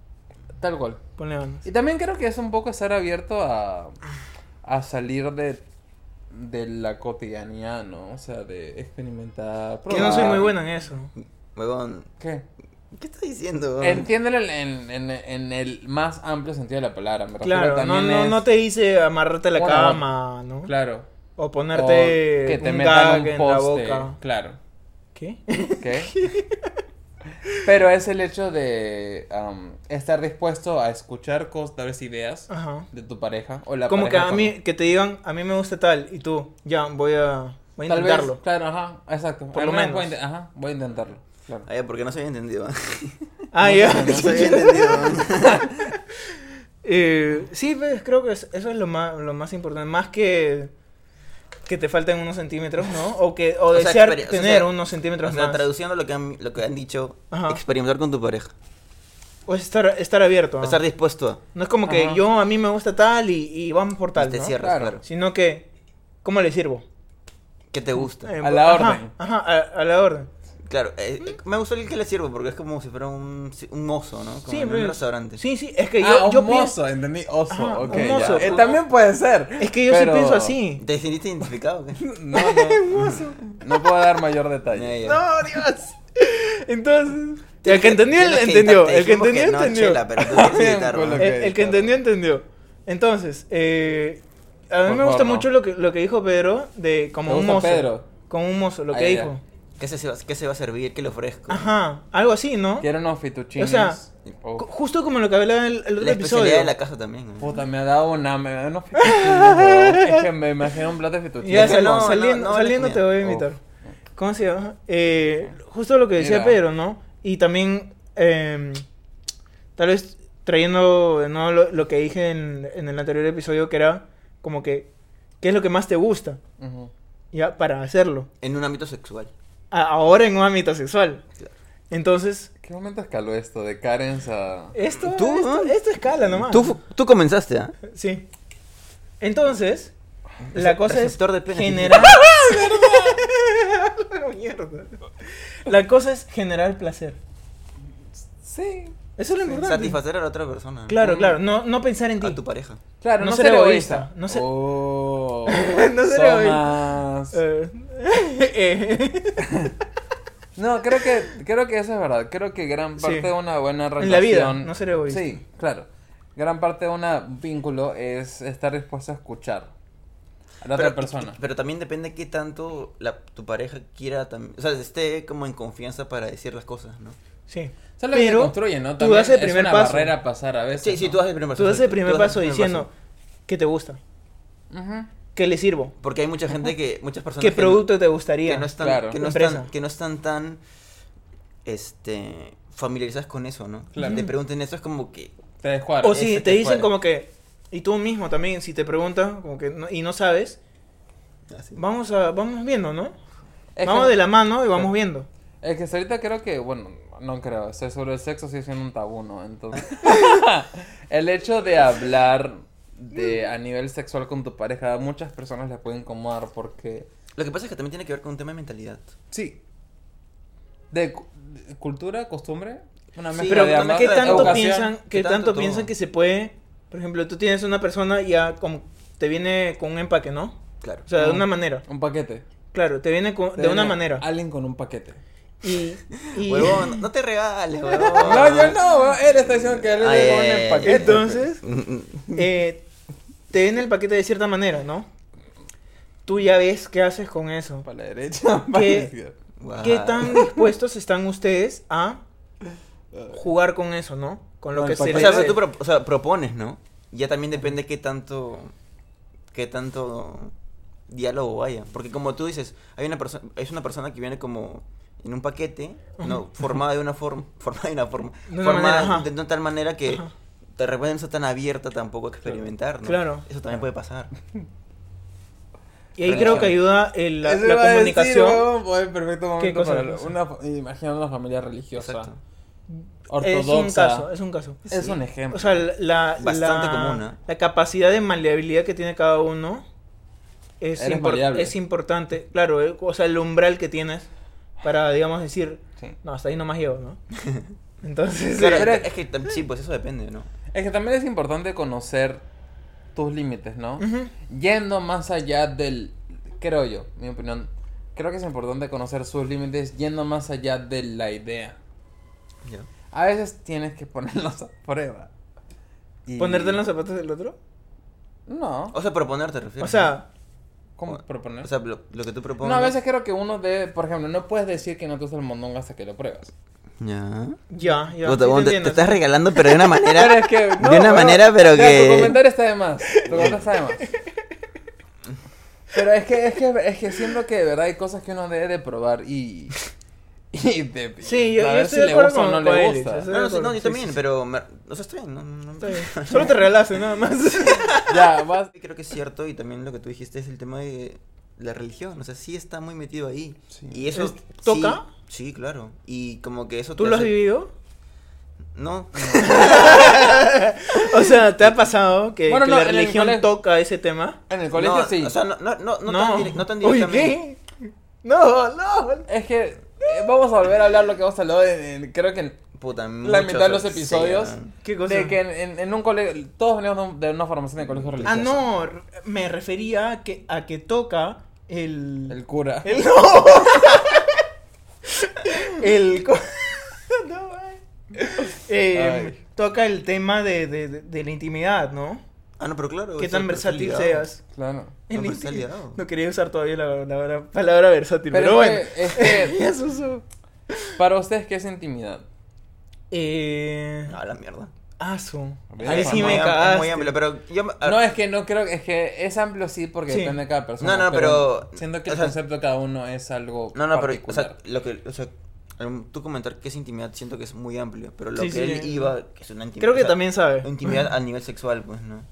Speaker 1: Tal cual.
Speaker 3: Ponle ganas.
Speaker 1: Y también creo que es un poco estar abierto a, a salir de, de la cotidianidad, ¿no? O sea, de experimentar.
Speaker 3: Que no soy muy
Speaker 1: probar.
Speaker 3: bueno en eso.
Speaker 2: Huevón,
Speaker 1: ¿Qué?
Speaker 2: ¿qué estás diciendo? huevón?
Speaker 1: Entiéndelo en, en- en- en el más amplio sentido de la palabra. Me refiero
Speaker 3: Claro, no,
Speaker 1: también
Speaker 3: no,
Speaker 1: es-
Speaker 3: no te dice amarrarte a la
Speaker 1: Bueno,
Speaker 3: cama, ¿no?
Speaker 1: Claro.
Speaker 3: O
Speaker 1: O
Speaker 3: ponerte
Speaker 1: que te
Speaker 3: un
Speaker 1: metan
Speaker 3: gag
Speaker 1: un
Speaker 3: en la
Speaker 1: poste.
Speaker 3: boca.
Speaker 1: Claro.
Speaker 3: ¿Qué?
Speaker 1: ¿Qué? Pero es el hecho de am, estar dispuesto a escuchar cosas, tal vez ideas
Speaker 3: Ajá.
Speaker 1: de tu pareja o la
Speaker 3: Como que
Speaker 1: pareja
Speaker 3: a
Speaker 1: con-
Speaker 3: mí, que te digan, a mí me gusta tal, y tú, ya, voy a, voy a
Speaker 1: Tal vez,
Speaker 3: intentarlo.
Speaker 1: claro, ajá, exacto.
Speaker 3: Por
Speaker 1: Al
Speaker 3: lo
Speaker 1: Voy a,
Speaker 3: menos.
Speaker 1: inte- ajá, voy a intentarlo. Claro.
Speaker 2: Ah, ya, porque no se había entendido. ¿eh?
Speaker 3: Ah, ya.
Speaker 2: No se había entendido. ¿eh?
Speaker 3: Eh, sí, pues, creo que es- eso es lo más, lo más importante. Más que que te falten unos centímetros, ¿no? O que o,
Speaker 2: O sea,
Speaker 3: desear
Speaker 2: experie- o sea,
Speaker 3: tener unos centímetros
Speaker 2: O sea,
Speaker 3: más.
Speaker 2: traduciendo lo que han, lo que han dicho,
Speaker 3: Ajá.
Speaker 2: experimentar con tu pareja.
Speaker 3: O es estar, estar abierto. ¿no?
Speaker 2: Estar dispuesto a.
Speaker 3: No es como que
Speaker 1: Ajá.
Speaker 3: yo, a mí me gusta tal y, y vamos por tal,
Speaker 2: te
Speaker 3: ¿no?
Speaker 2: cierras,
Speaker 1: Claro.
Speaker 2: claro.
Speaker 3: Sino que, ¿cómo le sirvo?
Speaker 2: ¿Qué te gusta?
Speaker 3: Eh,
Speaker 1: A la
Speaker 3: ajá,
Speaker 1: orden.
Speaker 3: Ajá, a, a la orden.
Speaker 2: Claro, eh, eh, me gustó el que le sirve porque es como si fuera un, un oso, ¿no? Como
Speaker 3: Sí,
Speaker 2: en
Speaker 3: pero-
Speaker 2: un restaurante.
Speaker 3: Sí, sí, es que
Speaker 1: ah,
Speaker 3: yo, yo
Speaker 1: un
Speaker 3: pienso.
Speaker 1: mozo, entendí. Oso,
Speaker 3: Ajá,
Speaker 1: ok.
Speaker 3: un
Speaker 1: ya.
Speaker 3: mozo.
Speaker 1: Eh, también puede ser.
Speaker 3: Es que yo
Speaker 1: pero-
Speaker 3: sí pienso así.
Speaker 2: ¿Te sentiste identificado? o qué?
Speaker 1: No, no. no puedo dar mayor detalle.
Speaker 2: Ya, ya.
Speaker 3: No, ¡Oh, Dios. Entonces. El que
Speaker 2: Tienes
Speaker 3: entendió,
Speaker 2: tienes que editar,
Speaker 3: entendió.
Speaker 2: te
Speaker 3: El que
Speaker 2: dijimos
Speaker 3: entendió,
Speaker 2: no,
Speaker 3: entendió.
Speaker 2: chela, pero tú tienes que editar,
Speaker 1: Con lo
Speaker 2: ¿no?
Speaker 1: que-
Speaker 3: El, el que entendió, entendió. Entonces, eh, a mí
Speaker 1: Por
Speaker 3: me gusta
Speaker 1: favor, no.
Speaker 3: mucho lo que, lo que dijo Pedro de como
Speaker 1: Me
Speaker 3: un
Speaker 1: gusta
Speaker 3: mozo.
Speaker 1: Pedro.
Speaker 3: Como un mozo, lo
Speaker 1: Ah,
Speaker 3: que
Speaker 1: ya,
Speaker 3: dijo.
Speaker 2: ¿Qué se, va- qué se va a servir? ¿Qué le ofrezco?
Speaker 3: Ajá, algo así, ¿no?
Speaker 1: Quiero unos fettuccines.
Speaker 3: O sea,
Speaker 1: Oh,
Speaker 3: Cu- Justo como lo que hablaba el, el otro
Speaker 2: La especialidad
Speaker 3: episodio.
Speaker 2: de la casa también. ¿eh? ¿no?
Speaker 1: puta, me ha dado una. Me ha dado unos fettuccines. weón. es que me imagino un plato de
Speaker 3: Ya,
Speaker 1: fettuccines.
Speaker 2: Deja-
Speaker 3: sal-
Speaker 2: no, no,
Speaker 3: saliendo,
Speaker 2: no hables
Speaker 3: saliendo
Speaker 2: mierda.
Speaker 3: te voy a invitar. ¿Cómo se llama? Eh, justo lo que decía
Speaker 1: Mira.
Speaker 3: Pedro, ¿no? Y también, eh, tal vez trayendo de nuevo lo, lo que dije en, en el anterior episodio, que era como que, ¿qué es lo que más te gusta?
Speaker 1: Ujú.
Speaker 3: Ya, para hacerlo.
Speaker 2: En un ámbito sexual.
Speaker 3: A- ahora en un ámbito sexual.
Speaker 2: Claro.
Speaker 3: Entonces,
Speaker 1: ¿Qué momento escaló esto? De Karen a.
Speaker 3: esto,
Speaker 2: Tú,
Speaker 3: esto,
Speaker 2: ¿no?
Speaker 3: esto escala nomás.
Speaker 2: Tú, tú comenzaste, ¿ah?
Speaker 3: Sí. Entonces, la cosa es
Speaker 2: receptor de pene.
Speaker 3: generar. Mierda. La cosa es generar placer.
Speaker 1: Sí.
Speaker 3: Eso es lo importante.
Speaker 2: Satisfacer a la otra persona. ¿no?
Speaker 3: Claro, claro. No, no pensar en ti.
Speaker 2: Mm. A tu pareja.
Speaker 1: Claro,
Speaker 3: No
Speaker 1: no,
Speaker 3: ser
Speaker 1: ser,
Speaker 3: egoísta,
Speaker 1: egoísta.
Speaker 3: no ser-
Speaker 1: Oh,
Speaker 3: No ser
Speaker 1: son
Speaker 3: egoísta.
Speaker 1: más-
Speaker 3: Eh, eh,
Speaker 1: No, creo que, creo que eso es verdad. Creo que gran
Speaker 3: Sí.
Speaker 1: parte de una buena relación.
Speaker 3: En la vida, no ser egoísta.
Speaker 1: Sí, claro. Gran parte de un vínculo es estar dispuesto a escuchar a la otra persona.
Speaker 2: Pero también depende qué tanto la, tu pareja quiera también. O sea, esté como en confianza para decir las cosas, ¿no?
Speaker 3: sí.
Speaker 1: Solo que se
Speaker 3: Pero
Speaker 1: construye, ¿no?
Speaker 3: tú
Speaker 1: También
Speaker 3: das el primer
Speaker 1: es una
Speaker 3: paso.
Speaker 1: barrera pues, a pasar a veces.
Speaker 2: Sí, sí,
Speaker 1: ¿no?
Speaker 2: tú das el primer paso.
Speaker 3: Tú das el
Speaker 2: exacto,
Speaker 3: primer
Speaker 2: das
Speaker 3: paso
Speaker 2: primer
Speaker 3: diciendo qué te gusta,
Speaker 1: Ujú.
Speaker 3: qué le sirvo,
Speaker 2: Porque hay mucha gente que. Muchas personas.
Speaker 3: qué
Speaker 2: que-
Speaker 3: producto te
Speaker 2: que
Speaker 3: gustaría.
Speaker 2: no están,
Speaker 1: Claro.
Speaker 2: que no
Speaker 3: Empresa.
Speaker 2: están, que no están tan este familiarizadas con eso, ¿no?
Speaker 1: Claro.
Speaker 2: Te pregunten eso es como que
Speaker 1: Te descuadra.
Speaker 3: O si
Speaker 2: ese
Speaker 3: te
Speaker 2: que
Speaker 3: dicen
Speaker 2: puede.
Speaker 3: como que y tú mismo también si te preguntan como que no- y no sabes, Ah, vamos a vamos viendo, ¿no?
Speaker 1: Es
Speaker 3: vamos
Speaker 1: que-
Speaker 3: de la mano y vamos
Speaker 1: Sí.
Speaker 3: viendo.
Speaker 1: Es que hasta ahorita creo que, bueno, no creo, estoy sobre el sexo sigue siendo un tabú, ¿no? Entonces, el hecho de hablar de a nivel sexual con tu pareja, a muchas personas les puede incomodar porque...
Speaker 2: Lo que pasa es que también tiene que ver con un tema de mentalidad.
Speaker 1: Sí. De, cu- de cultura, costumbre, una
Speaker 2: Sí,
Speaker 1: mezcla
Speaker 3: Pero
Speaker 1: de ambas,
Speaker 2: además,
Speaker 3: ¿qué tanto
Speaker 1: educación.
Speaker 3: piensan, qué
Speaker 2: ¿qué tanto
Speaker 3: tanto
Speaker 2: todo?
Speaker 3: piensan que se puede? Por ejemplo, tú tienes una persona y ya como te viene con un empaque, ¿no?
Speaker 2: Claro.
Speaker 3: O sea, de
Speaker 1: Mm.
Speaker 3: una manera.
Speaker 1: Un paquete.
Speaker 3: Claro, te viene con- de
Speaker 1: Te
Speaker 3: una
Speaker 1: viene
Speaker 3: manera.
Speaker 1: Alguien con un paquete.
Speaker 3: Y, y-
Speaker 2: Huevón, no te regales, huevón.
Speaker 3: Ah.
Speaker 1: No, yo no, él está diciendo que él
Speaker 2: Ay,
Speaker 1: le
Speaker 2: ay,
Speaker 1: pone
Speaker 2: ay.
Speaker 1: el paquete.
Speaker 3: entonces eh, te viene el paquete de cierta manera, ¿no? Tú ya ves qué haces con eso.
Speaker 1: Para la derecha, para la
Speaker 3: ¿Qué?
Speaker 1: izquierda.
Speaker 2: Guau.
Speaker 3: ¿Qué tan dispuestos están ustedes a jugar con eso, no? Con lo
Speaker 1: Con
Speaker 3: que
Speaker 1: el
Speaker 3: se
Speaker 1: paquete.
Speaker 2: O
Speaker 3: les
Speaker 2: sea,
Speaker 3: dé.
Speaker 2: pero tú pro- o sea, propones, ¿no? Ya también depende qué tanto qué tanto diálogo haya, porque como tú dices, hay una persona es una persona que viene como en un paquete, no, formada de una forma, formada de una forma,
Speaker 3: De una
Speaker 2: formada
Speaker 3: manera, ajá.
Speaker 2: de, de tal manera que
Speaker 3: Ajá.
Speaker 2: de repente no está tan abierta tampoco a experimentar, ¿no?
Speaker 3: Claro.
Speaker 2: Eso también puede pasar.
Speaker 3: Y ahí creo que ayuda el- la,
Speaker 1: Eso
Speaker 3: la
Speaker 1: iba a decir,
Speaker 3: comunicación.
Speaker 1: huevón, fue el perfecto momento
Speaker 3: cosa,
Speaker 1: para
Speaker 3: qué cosa?
Speaker 1: una, fa- imagina una familia religiosa,
Speaker 2: Exacto.
Speaker 1: ortodoxa.
Speaker 3: Es un caso, es un caso.
Speaker 1: Es
Speaker 2: Sí.
Speaker 1: un ejemplo.
Speaker 3: O sea, la,
Speaker 2: Bastante
Speaker 3: la-
Speaker 2: común, ¿eh?
Speaker 3: la capacidad de maleabilidad que tiene cada uno es,
Speaker 1: Eres
Speaker 3: impor-
Speaker 1: maleable.
Speaker 3: es importante. Claro, eh, o sea, el umbral que tienes para, digamos, decir,
Speaker 1: Sí.
Speaker 3: no, hasta ahí nomás llevo, ¿no? Entonces, eh,
Speaker 2: Claro,
Speaker 1: pero-
Speaker 2: es que tam- sí, pues eso depende, ¿no?
Speaker 1: Es que también es importante conocer tus límites, ¿no?
Speaker 3: ujú,
Speaker 1: Yendo más allá del, creo yo, mi opinión, creo que es importante conocer sus límites yendo más allá de la idea.
Speaker 2: Ya.
Speaker 1: A veces tienes que ponerlos a prueba. Y-
Speaker 3: ponerte en los zapatos del otro.
Speaker 1: No,
Speaker 2: O sea, proponer te refieres.
Speaker 3: O sea,
Speaker 1: ¿cómo proponer?
Speaker 2: o sea, lo, lo que tú propones.
Speaker 1: no, a veces creo que uno debe, por ejemplo, no puedes decir que no te gusta el mondongo hasta que lo pruebas.
Speaker 2: Ya.
Speaker 3: ya, ya.
Speaker 2: Puta,
Speaker 3: sí
Speaker 2: huevón, te, te
Speaker 3: entiendo.
Speaker 2: estás regalando, pero de una manera.
Speaker 1: Pero es que, no,
Speaker 2: de una
Speaker 1: bueno,
Speaker 2: manera, pero
Speaker 1: ya,
Speaker 2: que.
Speaker 1: Tu comentario está de más. Tu comentario está de más. Pero es que, es que, es que siento que de verdad hay cosas que uno debe de probar y. Y de,
Speaker 3: Sí, yo- yo
Speaker 1: saber
Speaker 3: estoy
Speaker 1: si
Speaker 3: de
Speaker 1: le
Speaker 3: acuerdo
Speaker 1: gusta o
Speaker 3: con-
Speaker 1: no
Speaker 3: con
Speaker 1: le
Speaker 3: Alex,
Speaker 1: gusta.
Speaker 3: o sea,
Speaker 2: No, no, sí, no,
Speaker 3: Sí,
Speaker 2: yo también, pero. me- o sea, está bien, no, no-
Speaker 3: Está bien. Solo te regalaste nada más.
Speaker 1: Ya, vas.
Speaker 2: Creo que es cierto, y también lo que tú dijiste es el tema de la religión. O sea, sí está muy metido ahí.
Speaker 1: Sí.
Speaker 2: Y eso.
Speaker 3: ¿Es- toca?
Speaker 2: Sí, sí, claro. Y como que eso.
Speaker 3: ¿Tú
Speaker 2: te
Speaker 3: lo has
Speaker 2: hace-
Speaker 3: vivido?
Speaker 2: No.
Speaker 3: O sea, ¿te ha pasado que,
Speaker 1: Bueno,
Speaker 3: que
Speaker 1: no,
Speaker 3: la
Speaker 1: en el
Speaker 3: religión
Speaker 1: colegio-
Speaker 3: toca ese tema?
Speaker 1: En el colegio
Speaker 2: no,
Speaker 1: sí.
Speaker 2: O sea, no, no, no, no tan, direct- no tan directamente.
Speaker 3: Uy, ¿qué? No, no.
Speaker 1: Es que Eh, vamos a volver a hablar lo que hemos hablado en, en- creo que en
Speaker 2: Puta,
Speaker 1: la mitad de los
Speaker 2: muchos-
Speaker 1: episodios.
Speaker 2: sí,
Speaker 3: ¿Qué cosa?
Speaker 1: de que en, en- en un colegio, todos venimos de un- de una formación de colegio religioso.
Speaker 3: Ah, no, r- me refería a que, a que toca
Speaker 1: El
Speaker 3: el...
Speaker 1: cura.
Speaker 3: El... ¡No! el... co- no, ay. Em,
Speaker 1: Ay.
Speaker 3: toca el tema de, de- de- de la intimidad, ¿no?
Speaker 2: ah, no, pero claro.
Speaker 3: Qué
Speaker 2: o sea,
Speaker 3: tan
Speaker 2: pero está
Speaker 3: versátil
Speaker 2: ligado.
Speaker 3: seas.
Speaker 1: Claro.
Speaker 2: No,
Speaker 3: En la
Speaker 2: pero está
Speaker 3: inti-
Speaker 2: ligado.
Speaker 3: no quería usar todavía la, la- la palabra versátil, pero,
Speaker 1: Pero,
Speaker 3: bueno.
Speaker 1: es que- es que,
Speaker 3: Ya se usó.
Speaker 1: para ustedes, ¿qué es intimidad?
Speaker 3: Eh...
Speaker 2: Ah, la mierda.
Speaker 3: Aso.
Speaker 1: Bien,
Speaker 3: Ahí sí
Speaker 2: Es muy
Speaker 3: me
Speaker 2: am- es Muy
Speaker 3: cagaste.
Speaker 2: amplio, pero yo... a-
Speaker 1: No, es que no creo, es que es amplio sí porque
Speaker 3: Sí.
Speaker 1: depende de cada persona.
Speaker 2: No, no, pero-
Speaker 1: Siento que el
Speaker 2: o sea-
Speaker 1: concepto de cada uno es algo
Speaker 2: No, no, pero, o
Speaker 1: particular.
Speaker 2: sea, lo que, o sea, al- tú comentar que es intimidad, siento que es muy amplio, pero lo
Speaker 3: Sí,
Speaker 2: que
Speaker 3: sí.
Speaker 2: él iba, que es una intimidad.
Speaker 3: Creo que
Speaker 2: o sea,
Speaker 3: también sabe.
Speaker 2: Intimidad al nivel sexual, pues, ¿no?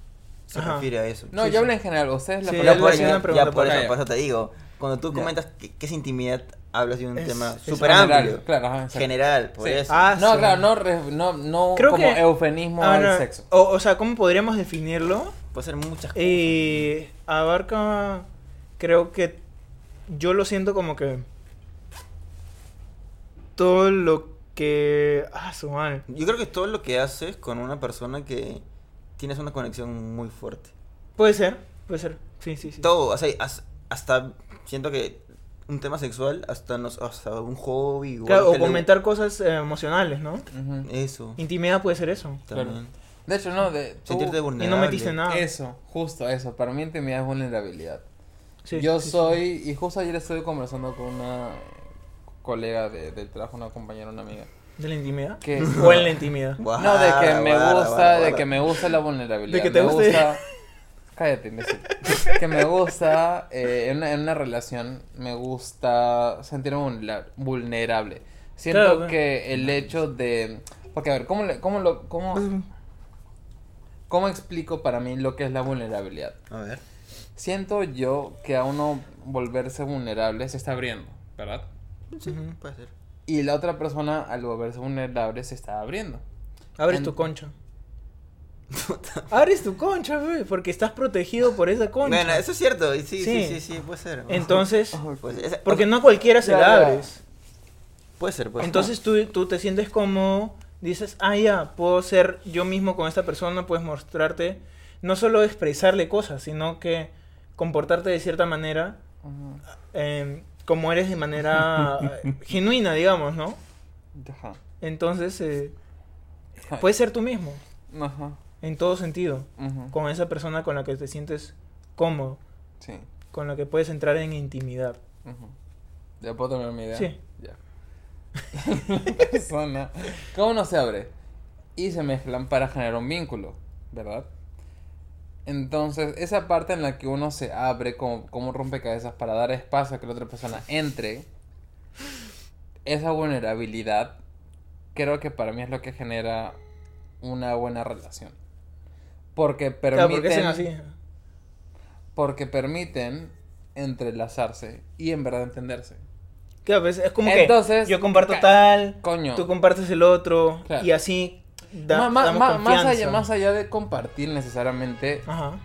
Speaker 2: Se
Speaker 3: Ajá.
Speaker 2: refiere a eso.
Speaker 1: no,
Speaker 3: sí,
Speaker 1: yo
Speaker 3: sí.
Speaker 1: hablo en general, ustedes la
Speaker 3: Sí,
Speaker 2: ya
Speaker 3: él
Speaker 2: por, eso,
Speaker 3: le hacía una
Speaker 2: ya
Speaker 3: pregunta
Speaker 2: por
Speaker 1: por
Speaker 2: eso,
Speaker 1: acá.
Speaker 2: por eso te digo, cuando tú
Speaker 1: Ya.
Speaker 2: comentas que, que es intimidad, hablas de un
Speaker 3: Es-
Speaker 2: tema
Speaker 3: es
Speaker 2: súper
Speaker 1: general,
Speaker 2: amplio.
Speaker 1: claro, ajá, exacto.
Speaker 2: general, por
Speaker 1: Sí.
Speaker 2: eso.
Speaker 3: Ah,
Speaker 1: No,
Speaker 3: sí.
Speaker 1: claro, no, re- no, no
Speaker 3: Creo
Speaker 1: como
Speaker 3: que-
Speaker 1: eufemismo
Speaker 3: Ahora,
Speaker 1: al sexo.
Speaker 3: Ah, O, o sea, ¿cómo podríamos definirlo?
Speaker 2: Puede ser muchas cosas.
Speaker 3: Eh, abarca, creo que yo lo siento como que todo lo que... Ah, su madre.
Speaker 2: Yo creo que es todo lo que haces con una persona que tienes una conexión muy fuerte.
Speaker 3: Puede ser, puede ser. Sí, sí, sí.
Speaker 2: Todo, o sea, has- hasta siento que un tema sexual, hasta, nos, hasta un hobby. o
Speaker 3: Claro,
Speaker 2: algo
Speaker 3: o
Speaker 2: que le-
Speaker 3: comentar cosas eh, emocionales, ¿no?
Speaker 1: Ujú.
Speaker 2: Eso.
Speaker 3: Intimidad puede ser eso.
Speaker 1: Claro.
Speaker 2: También.
Speaker 1: De hecho, no, de, tú-
Speaker 2: Sentirte vulnerable.
Speaker 3: Y no metiste nada.
Speaker 1: Eso, justo eso. Para mí intimidad es vulnerabilidad.
Speaker 3: Sí,
Speaker 1: Yo
Speaker 3: sí, sí.
Speaker 1: soy, y justo ayer estuve conversando con una colega de- del trabajo, una compañera, una amiga.
Speaker 3: ¿De la intimidad?
Speaker 1: Que,
Speaker 3: O en la intimidad.
Speaker 1: No, de que me
Speaker 2: Guarda,
Speaker 1: gusta,
Speaker 2: guarda,
Speaker 1: de
Speaker 2: guarda.
Speaker 1: que me gusta la vulnerabilidad.
Speaker 3: De que te
Speaker 1: me
Speaker 3: guste.
Speaker 1: gusta. Cállate, imbécil. Que me gusta, eh, en, una, en una relación, me gusta sentirme vulnera- vulnerable. Siento
Speaker 3: Claro, claro.
Speaker 1: que el hecho de. Porque, a ver, ¿cómo, le- cómo, lo,
Speaker 3: Pues,
Speaker 1: cómo, ¿cómo explico para mí lo que es la vulnerabilidad?
Speaker 2: A ver.
Speaker 1: Siento yo que a uno volverse vulnerable se está abriendo, ¿verdad?
Speaker 3: Ujú.
Speaker 2: Puede ser.
Speaker 1: Y la otra persona, al volverse vulnerable, se está abriendo.
Speaker 3: Abres
Speaker 1: En-
Speaker 3: tu concha. Abres tu concha, güey, porque estás protegido por esa concha.
Speaker 2: Bueno, eso es cierto. y Sí, sí, sí,
Speaker 3: Sí.
Speaker 2: sí, puede ser.
Speaker 3: Entonces,
Speaker 2: Puede ser.
Speaker 3: porque no a cualquiera se
Speaker 1: Ya,
Speaker 3: la
Speaker 1: ya. Pues
Speaker 3: abres.
Speaker 2: Puede ser, puede ser.
Speaker 3: Entonces tú, tú te sientes como, dices, ah, ya, puedo ser yo mismo con esta persona, puedes mostrarte, no solo expresarle cosas, sino que comportarte de cierta manera,
Speaker 1: Ujú.
Speaker 3: eh, como eres de manera eh, genuina, digamos, ¿no?
Speaker 1: Ajá.
Speaker 3: Entonces, eh,
Speaker 1: Ay.
Speaker 3: puedes ser tú mismo,
Speaker 1: Ajá.
Speaker 3: en todo sentido,
Speaker 1: Ujú.
Speaker 3: con esa persona con la que te sientes cómodo,
Speaker 1: Sí.
Speaker 3: con la que puedes entrar en intimidad.
Speaker 1: Ujú. ¿Ya puedo terminar mi idea?
Speaker 3: Sí.
Speaker 1: Ya. La persona. Cada uno se abre y se mezclan para generar un vínculo, ¿verdad? Entonces, esa parte en la que uno se abre como, como un rompecabezas para dar espacio a que la otra persona entre, esa vulnerabilidad, creo que para mí es lo que genera una buena relación. Porque
Speaker 3: Claro,
Speaker 1: permiten
Speaker 3: porque hacen así.
Speaker 1: porque permiten entrelazarse y en verdad entenderse.
Speaker 3: Claro, pues, es como
Speaker 1: Entonces,
Speaker 3: que yo comparto
Speaker 1: ca-
Speaker 3: tal,
Speaker 1: Coño.
Speaker 3: tú compartes el otro
Speaker 1: Claro.
Speaker 3: y así da-
Speaker 1: Ma- ma-
Speaker 3: damos
Speaker 1: ma- más,
Speaker 3: confianza.
Speaker 1: allá, más allá de compartir necesariamente,
Speaker 3: Ajá.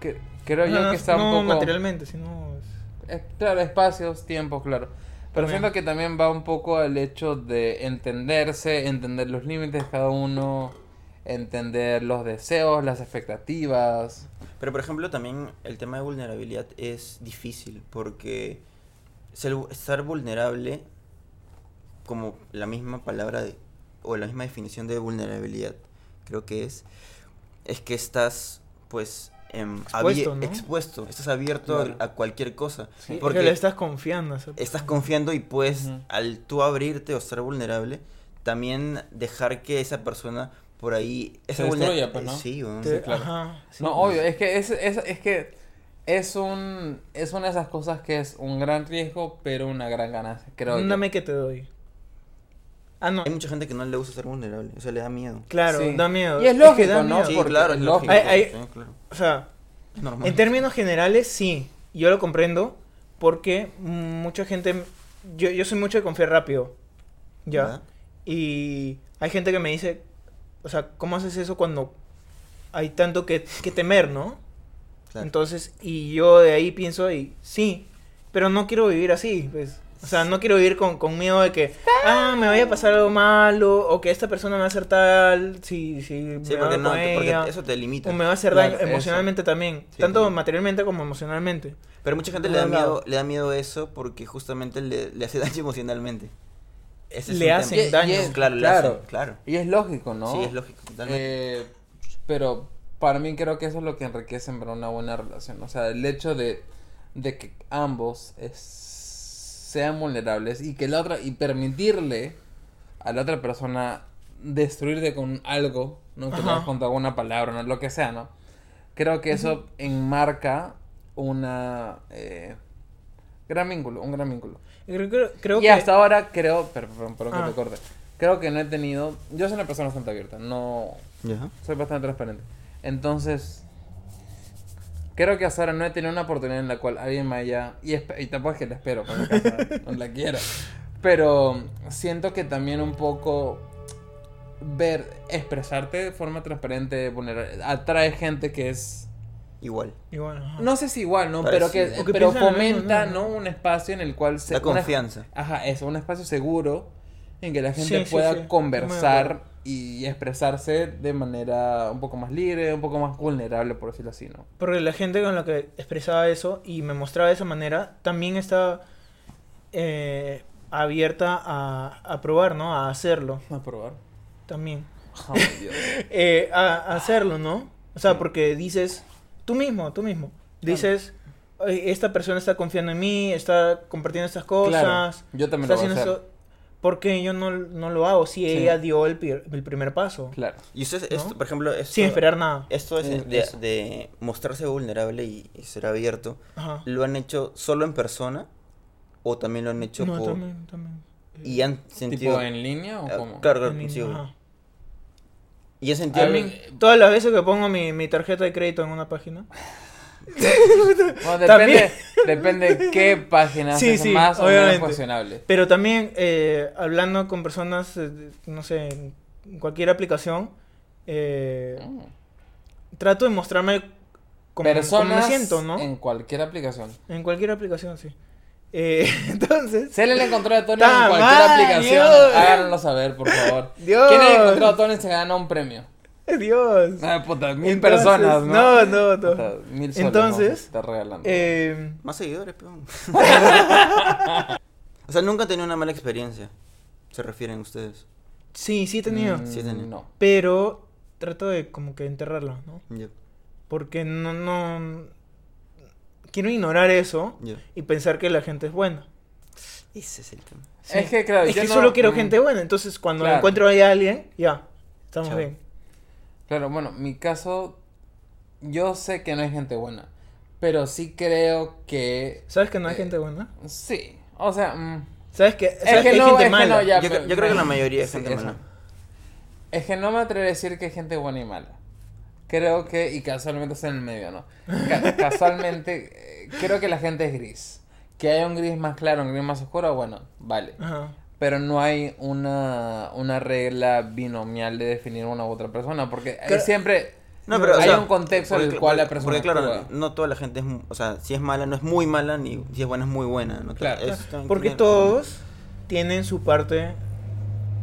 Speaker 1: que- creo
Speaker 3: No,
Speaker 1: yo
Speaker 3: no,
Speaker 1: que está
Speaker 3: no
Speaker 1: un poco...
Speaker 3: materialmente, sino es-
Speaker 1: eh, claro, espacios, tiempo, claro. Pero
Speaker 3: También.
Speaker 1: siento que también va un poco al hecho de entenderse, entender los límites de cada uno, entender los deseos, las expectativas.
Speaker 2: Pero por ejemplo, también el tema de vulnerabilidad es difícil porque ser, estar vulnerable, como la misma palabra de, o la misma definición de vulnerabilidad, creo que es, es que estás pues em, abie-
Speaker 3: Expuesto, ¿no?
Speaker 2: expuesto, estás abierto
Speaker 1: Claro.
Speaker 2: a, a cualquier cosa.
Speaker 1: Sí.
Speaker 3: es
Speaker 2: Porque
Speaker 3: que le estás confiando. o sea,
Speaker 2: estás confiando y puedes,
Speaker 1: Ujú.
Speaker 2: al tú abrirte o ser vulnerable, también dejar que esa persona por ahí... Esa vulner-
Speaker 1: destruya, pues, ¿no?
Speaker 2: Sí, weón.
Speaker 3: te-
Speaker 1: sí, claro.
Speaker 3: ajá, sí. pues.
Speaker 1: no, obvio, es que es, es, es que es un es una de esas cosas que es un gran riesgo, pero una gran ganancia, creo yo.
Speaker 3: Dame que te doy. Ah, no.
Speaker 2: Hay mucha gente que no le gusta ser vulnerable, o sea, le da miedo.
Speaker 3: Claro,
Speaker 1: Sí.
Speaker 3: da miedo.
Speaker 1: Y es
Speaker 3: que
Speaker 1: lógico,
Speaker 3: da
Speaker 1: ¿no?
Speaker 3: miedo.
Speaker 1: Sí,
Speaker 2: Sí,
Speaker 1: porque
Speaker 2: claro, es lógico.
Speaker 3: lógico. Hay- hay-
Speaker 2: sí, claro.
Speaker 3: O sea,
Speaker 2: Es normal.
Speaker 3: en términos generales, sí. Yo lo comprendo porque mucha gente... Yo, yo soy mucho de confiar rápido. ¿Ya?
Speaker 2: ¿Verdad?
Speaker 3: Y hay gente que me dice, o sea, ¿cómo haces eso cuando hay tanto que, que temer, no?
Speaker 2: Claro.
Speaker 3: Entonces, y yo de ahí pienso, y sí, pero no quiero vivir así, pues. O sea, no quiero vivir con, con miedo de que, ah, me vaya a pasar algo malo, o que esta persona me va a hacer tal, si, si
Speaker 2: Sí,
Speaker 3: me
Speaker 2: porque,
Speaker 3: hablo
Speaker 2: no,
Speaker 3: con
Speaker 2: te-
Speaker 3: ella,
Speaker 2: porque eso te limita.
Speaker 3: o me va a hacer
Speaker 1: Claro,
Speaker 3: daño
Speaker 1: eso.
Speaker 3: emocionalmente también,
Speaker 2: Sí,
Speaker 3: tanto
Speaker 2: también.
Speaker 3: materialmente como emocionalmente.
Speaker 2: Pero mucha gente
Speaker 3: Por
Speaker 2: le da,
Speaker 3: un lado.
Speaker 2: miedo, le da miedo eso porque justamente le, le hace daño emocionalmente. Ese es
Speaker 3: Le
Speaker 2: un tema.
Speaker 3: hacen daño.
Speaker 2: es- claro, le
Speaker 1: claro.
Speaker 2: hacen, claro.
Speaker 1: Y es lógico, ¿no?
Speaker 2: Sí, es lógico, totalmente.
Speaker 1: Eh, pero para mí creo que eso es lo que enriquece en verdad una buena relación. O sea, el hecho de, de que ambos es- sean vulnerables y que la otra y permitirle a la otra persona destruirte con algo, ¿no? Que
Speaker 3: Ajá.
Speaker 1: te has contado una palabra, ¿no? lo que sea, ¿no? Creo que eso enmarca una eh, gran vínculo, un gran vínculo.
Speaker 3: Y Creo, creo, creo
Speaker 1: y
Speaker 3: que...
Speaker 1: hasta ahora creo, per- perdón, perdón
Speaker 3: Ah.
Speaker 1: que te corte. Creo que no he tenido, yo soy una persona bastante abierta, no
Speaker 3: Eh,
Speaker 1: soy bastante transparente. Entonces, creo que hasta ahora no he tenido una oportunidad en la cual alguien me haya. Y, esp- y tampoco es que la espero, por si acaso, no la quiero. Pero siento que también un poco ver, expresarte de forma transparente, vulnerable, atrae gente que es.
Speaker 2: Igual.
Speaker 3: y bueno, ajá.
Speaker 1: No sé si igual, ¿no? Pero que,
Speaker 2: Parecido.
Speaker 3: O que
Speaker 1: pero
Speaker 3: piensan lo
Speaker 1: fomenta,
Speaker 3: mismo, ¿no?
Speaker 1: ¿no? Un espacio en el cual se.
Speaker 2: La
Speaker 1: una-
Speaker 2: confianza.
Speaker 1: Ajá, eso, un espacio seguro en que la
Speaker 3: Sí,
Speaker 1: gente
Speaker 3: sí,
Speaker 1: pueda
Speaker 3: sí, me
Speaker 1: conversar
Speaker 3: acuerdo.
Speaker 1: y expresarse de manera un poco más libre, un poco más vulnerable, por decirlo así, ¿no?
Speaker 3: Porque la gente con la que expresaba eso y me mostraba de esa manera también está eh, abierta a, a probar, ¿no? A hacerlo
Speaker 1: A probar.
Speaker 3: también.
Speaker 1: Oh, Dios.
Speaker 3: Eh, a, a hacerlo, ¿no? O sea,
Speaker 1: Sí.
Speaker 3: porque dices, tú mismo, tú mismo, dices, "Oye, esta persona está confiando en mí, está compartiendo estas
Speaker 1: Claro,
Speaker 3: cosas,
Speaker 1: yo también lo voy a
Speaker 3: está haciendo
Speaker 1: hacer.
Speaker 3: esto. ¿Por qué yo no, no lo hago si
Speaker 1: Sí.
Speaker 3: ella dio el, pi- el primer paso?
Speaker 1: Claro.
Speaker 2: Y eso es,
Speaker 3: ¿No?
Speaker 2: esto, por ejemplo, esto,
Speaker 3: Sin esperar nada.
Speaker 2: esto es
Speaker 1: Eh,
Speaker 2: de,
Speaker 1: eso.
Speaker 2: de mostrarse vulnerable y, y ser abierto.
Speaker 3: Ajá.
Speaker 2: ¿Lo han hecho solo en persona o también lo han hecho
Speaker 3: No,
Speaker 2: por...
Speaker 3: también, también.
Speaker 2: Y han sentido...
Speaker 1: ¿Tipo en línea o
Speaker 2: Ah,
Speaker 1: cómo?
Speaker 2: Claro, claro,
Speaker 3: También,
Speaker 2: sí, güey.
Speaker 3: ajá.
Speaker 2: Y han sentido...
Speaker 1: A mí-
Speaker 3: Todas las veces que pongo mi, mi tarjeta de crédito en una página.
Speaker 1: Bueno, depende,
Speaker 3: También.
Speaker 1: depende qué páginas
Speaker 3: Sí,
Speaker 1: es
Speaker 3: sí,
Speaker 1: más o menos
Speaker 3: obviamente.
Speaker 1: cuestionable.
Speaker 3: Pero también eh, hablando con personas, eh, de- no sé, en cualquier aplicación, eh,
Speaker 1: Mm.
Speaker 3: trato de mostrarme como, como
Speaker 1: Personas
Speaker 3: me siento, ¿no? En...
Speaker 1: en cualquier aplicación.
Speaker 3: cualquier aplicación, sí. Eh, entonces,
Speaker 1: Se le encontró a Tony en
Speaker 3: ¡Ta
Speaker 1: cualquier
Speaker 3: madre,
Speaker 1: aplicación.
Speaker 3: Dios!
Speaker 1: Háganlo saber, por favor.
Speaker 3: Dios.
Speaker 1: ¿Quién ha encontrado a Tony se gana un premio?
Speaker 3: Dios.
Speaker 1: Ah, puta, mil
Speaker 3: Entonces,
Speaker 1: personas, ¿no?
Speaker 3: no, no, no.
Speaker 1: Puta, mil soles,
Speaker 3: Entonces,
Speaker 1: no, se está regalando.
Speaker 3: Eh,
Speaker 2: Más seguidores, peón. o sea, nunca han tenido una mala experiencia. Se refieren ustedes.
Speaker 3: sí, sí he tenido.
Speaker 1: Mm,
Speaker 2: sí he tenido.
Speaker 1: No.
Speaker 3: Pero trato de como que enterrarla, ¿no?
Speaker 2: Ya,
Speaker 3: Porque no, no... Quiero ignorar eso
Speaker 2: ya.
Speaker 3: y pensar que la gente es buena.
Speaker 2: Ese es el tema.
Speaker 3: Sí.
Speaker 1: Es que, claro,
Speaker 3: es
Speaker 1: yo
Speaker 3: que
Speaker 1: no-
Speaker 3: solo quiero
Speaker 1: mm.
Speaker 3: gente buena, entonces cuando
Speaker 1: Claro.
Speaker 3: encuentro ahí a alguien, ya, estamos
Speaker 2: Chao.
Speaker 3: bien.
Speaker 1: Claro, bueno, mi caso, yo sé que no hay gente buena, pero sí creo que...
Speaker 3: ¿Sabes que no hay
Speaker 1: Eh.
Speaker 3: gente buena?
Speaker 1: Sí, o sea... mm,
Speaker 3: ¿Sabes que, sabes
Speaker 1: es
Speaker 3: que
Speaker 1: que
Speaker 3: hay
Speaker 1: no,
Speaker 3: gente
Speaker 1: es que
Speaker 3: mala?
Speaker 1: no, ya,
Speaker 2: yo,
Speaker 1: pero-
Speaker 2: yo creo que la mayoría es
Speaker 1: Sí,
Speaker 2: gente
Speaker 1: eso.
Speaker 2: mala.
Speaker 1: Es que no me atrevo a decir que hay gente buena y mala. Creo que, y casualmente es en el medio, ¿no? Ca- casualmente, eh, creo que la gente es gris. Que haya un gris más claro, un gris más oscuro, bueno, vale.
Speaker 3: Ajá.
Speaker 1: Pero no hay una, una regla binomial de definir una u otra persona, porque hay
Speaker 3: Creo-
Speaker 1: siempre
Speaker 2: No, pero, o
Speaker 1: hay
Speaker 2: sea,
Speaker 1: un contexto en el
Speaker 2: porque-
Speaker 1: cual la
Speaker 2: porque-
Speaker 1: persona
Speaker 2: Porque claro,
Speaker 1: actúa.
Speaker 2: no toda la gente es... mu- O sea, si es mala, no es muy mala, ni si es buena, es muy buena. ¿no?
Speaker 1: Claro.
Speaker 2: Eso también
Speaker 3: Porque
Speaker 2: tiene-
Speaker 3: todos tienen su parte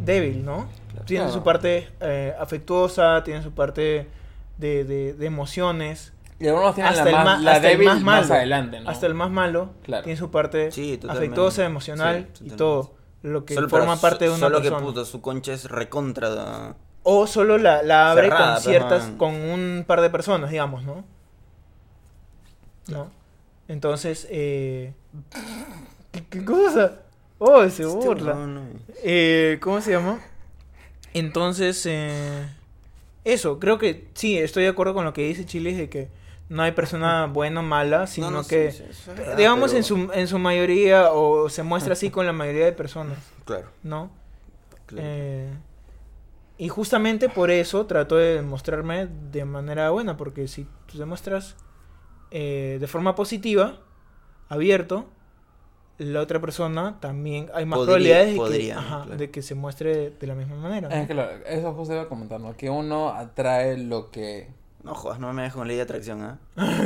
Speaker 3: débil, ¿no?
Speaker 2: Claro.
Speaker 3: Tienen su
Speaker 1: Claro.
Speaker 3: parte eh, afectuosa, tienen su parte de, de- de emociones.
Speaker 1: Y algunos tienen la,
Speaker 3: hasta el
Speaker 1: más,
Speaker 3: ma-
Speaker 1: la
Speaker 3: hasta el
Speaker 1: débil
Speaker 3: más
Speaker 1: más,
Speaker 3: malo,
Speaker 1: adelante, ¿no?
Speaker 3: Hasta el más malo
Speaker 1: Claro.
Speaker 3: tiene su parte
Speaker 2: Sí, totalmente.
Speaker 3: afectuosa, emocional
Speaker 2: Sí,
Speaker 3: y
Speaker 2: totalmente.
Speaker 3: todo. Lo que
Speaker 2: Solo- pero
Speaker 3: forma
Speaker 2: so-
Speaker 3: parte de una
Speaker 2: Solo
Speaker 3: persona.
Speaker 2: que puto, su concha es recontra... da-
Speaker 3: O solo la, la abre
Speaker 2: Cerrada,
Speaker 3: con
Speaker 2: pues,
Speaker 3: ciertas,
Speaker 2: man.
Speaker 3: con un par de personas, digamos, ¿no? ¿No? Entonces, eh... ¿Qué, qué cosa? Oh, se
Speaker 2: Este
Speaker 3: burla.
Speaker 2: huevón, eh.
Speaker 3: Eh, ¿Cómo se llama? Entonces, eh... Eso, creo que sí, estoy de acuerdo con lo que dice Chilis de que no hay persona buena o mala, sino
Speaker 2: No, no,
Speaker 3: que,
Speaker 2: sí, sí, eso es verdad,
Speaker 3: digamos,
Speaker 2: pero-
Speaker 3: en, su, en su mayoría, o se muestra así con la mayoría de personas,
Speaker 2: Claro,
Speaker 3: ¿no?
Speaker 2: claro.
Speaker 3: Eh, y justamente por eso trato de mostrarme de manera buena, porque si tú te muestras eh, de forma positiva, abierto, la otra persona también hay más
Speaker 2: Podría-
Speaker 3: probabilidades de,
Speaker 2: podría,
Speaker 3: que, ajá,
Speaker 2: claro.
Speaker 3: de que se muestre de la misma manera.
Speaker 1: Es
Speaker 3: ¿no?
Speaker 1: que lo- eso justo iba a comentar, ¿no? Que uno atrae lo que
Speaker 2: No jodas, no me dejes con ley de atracción, ¿ah?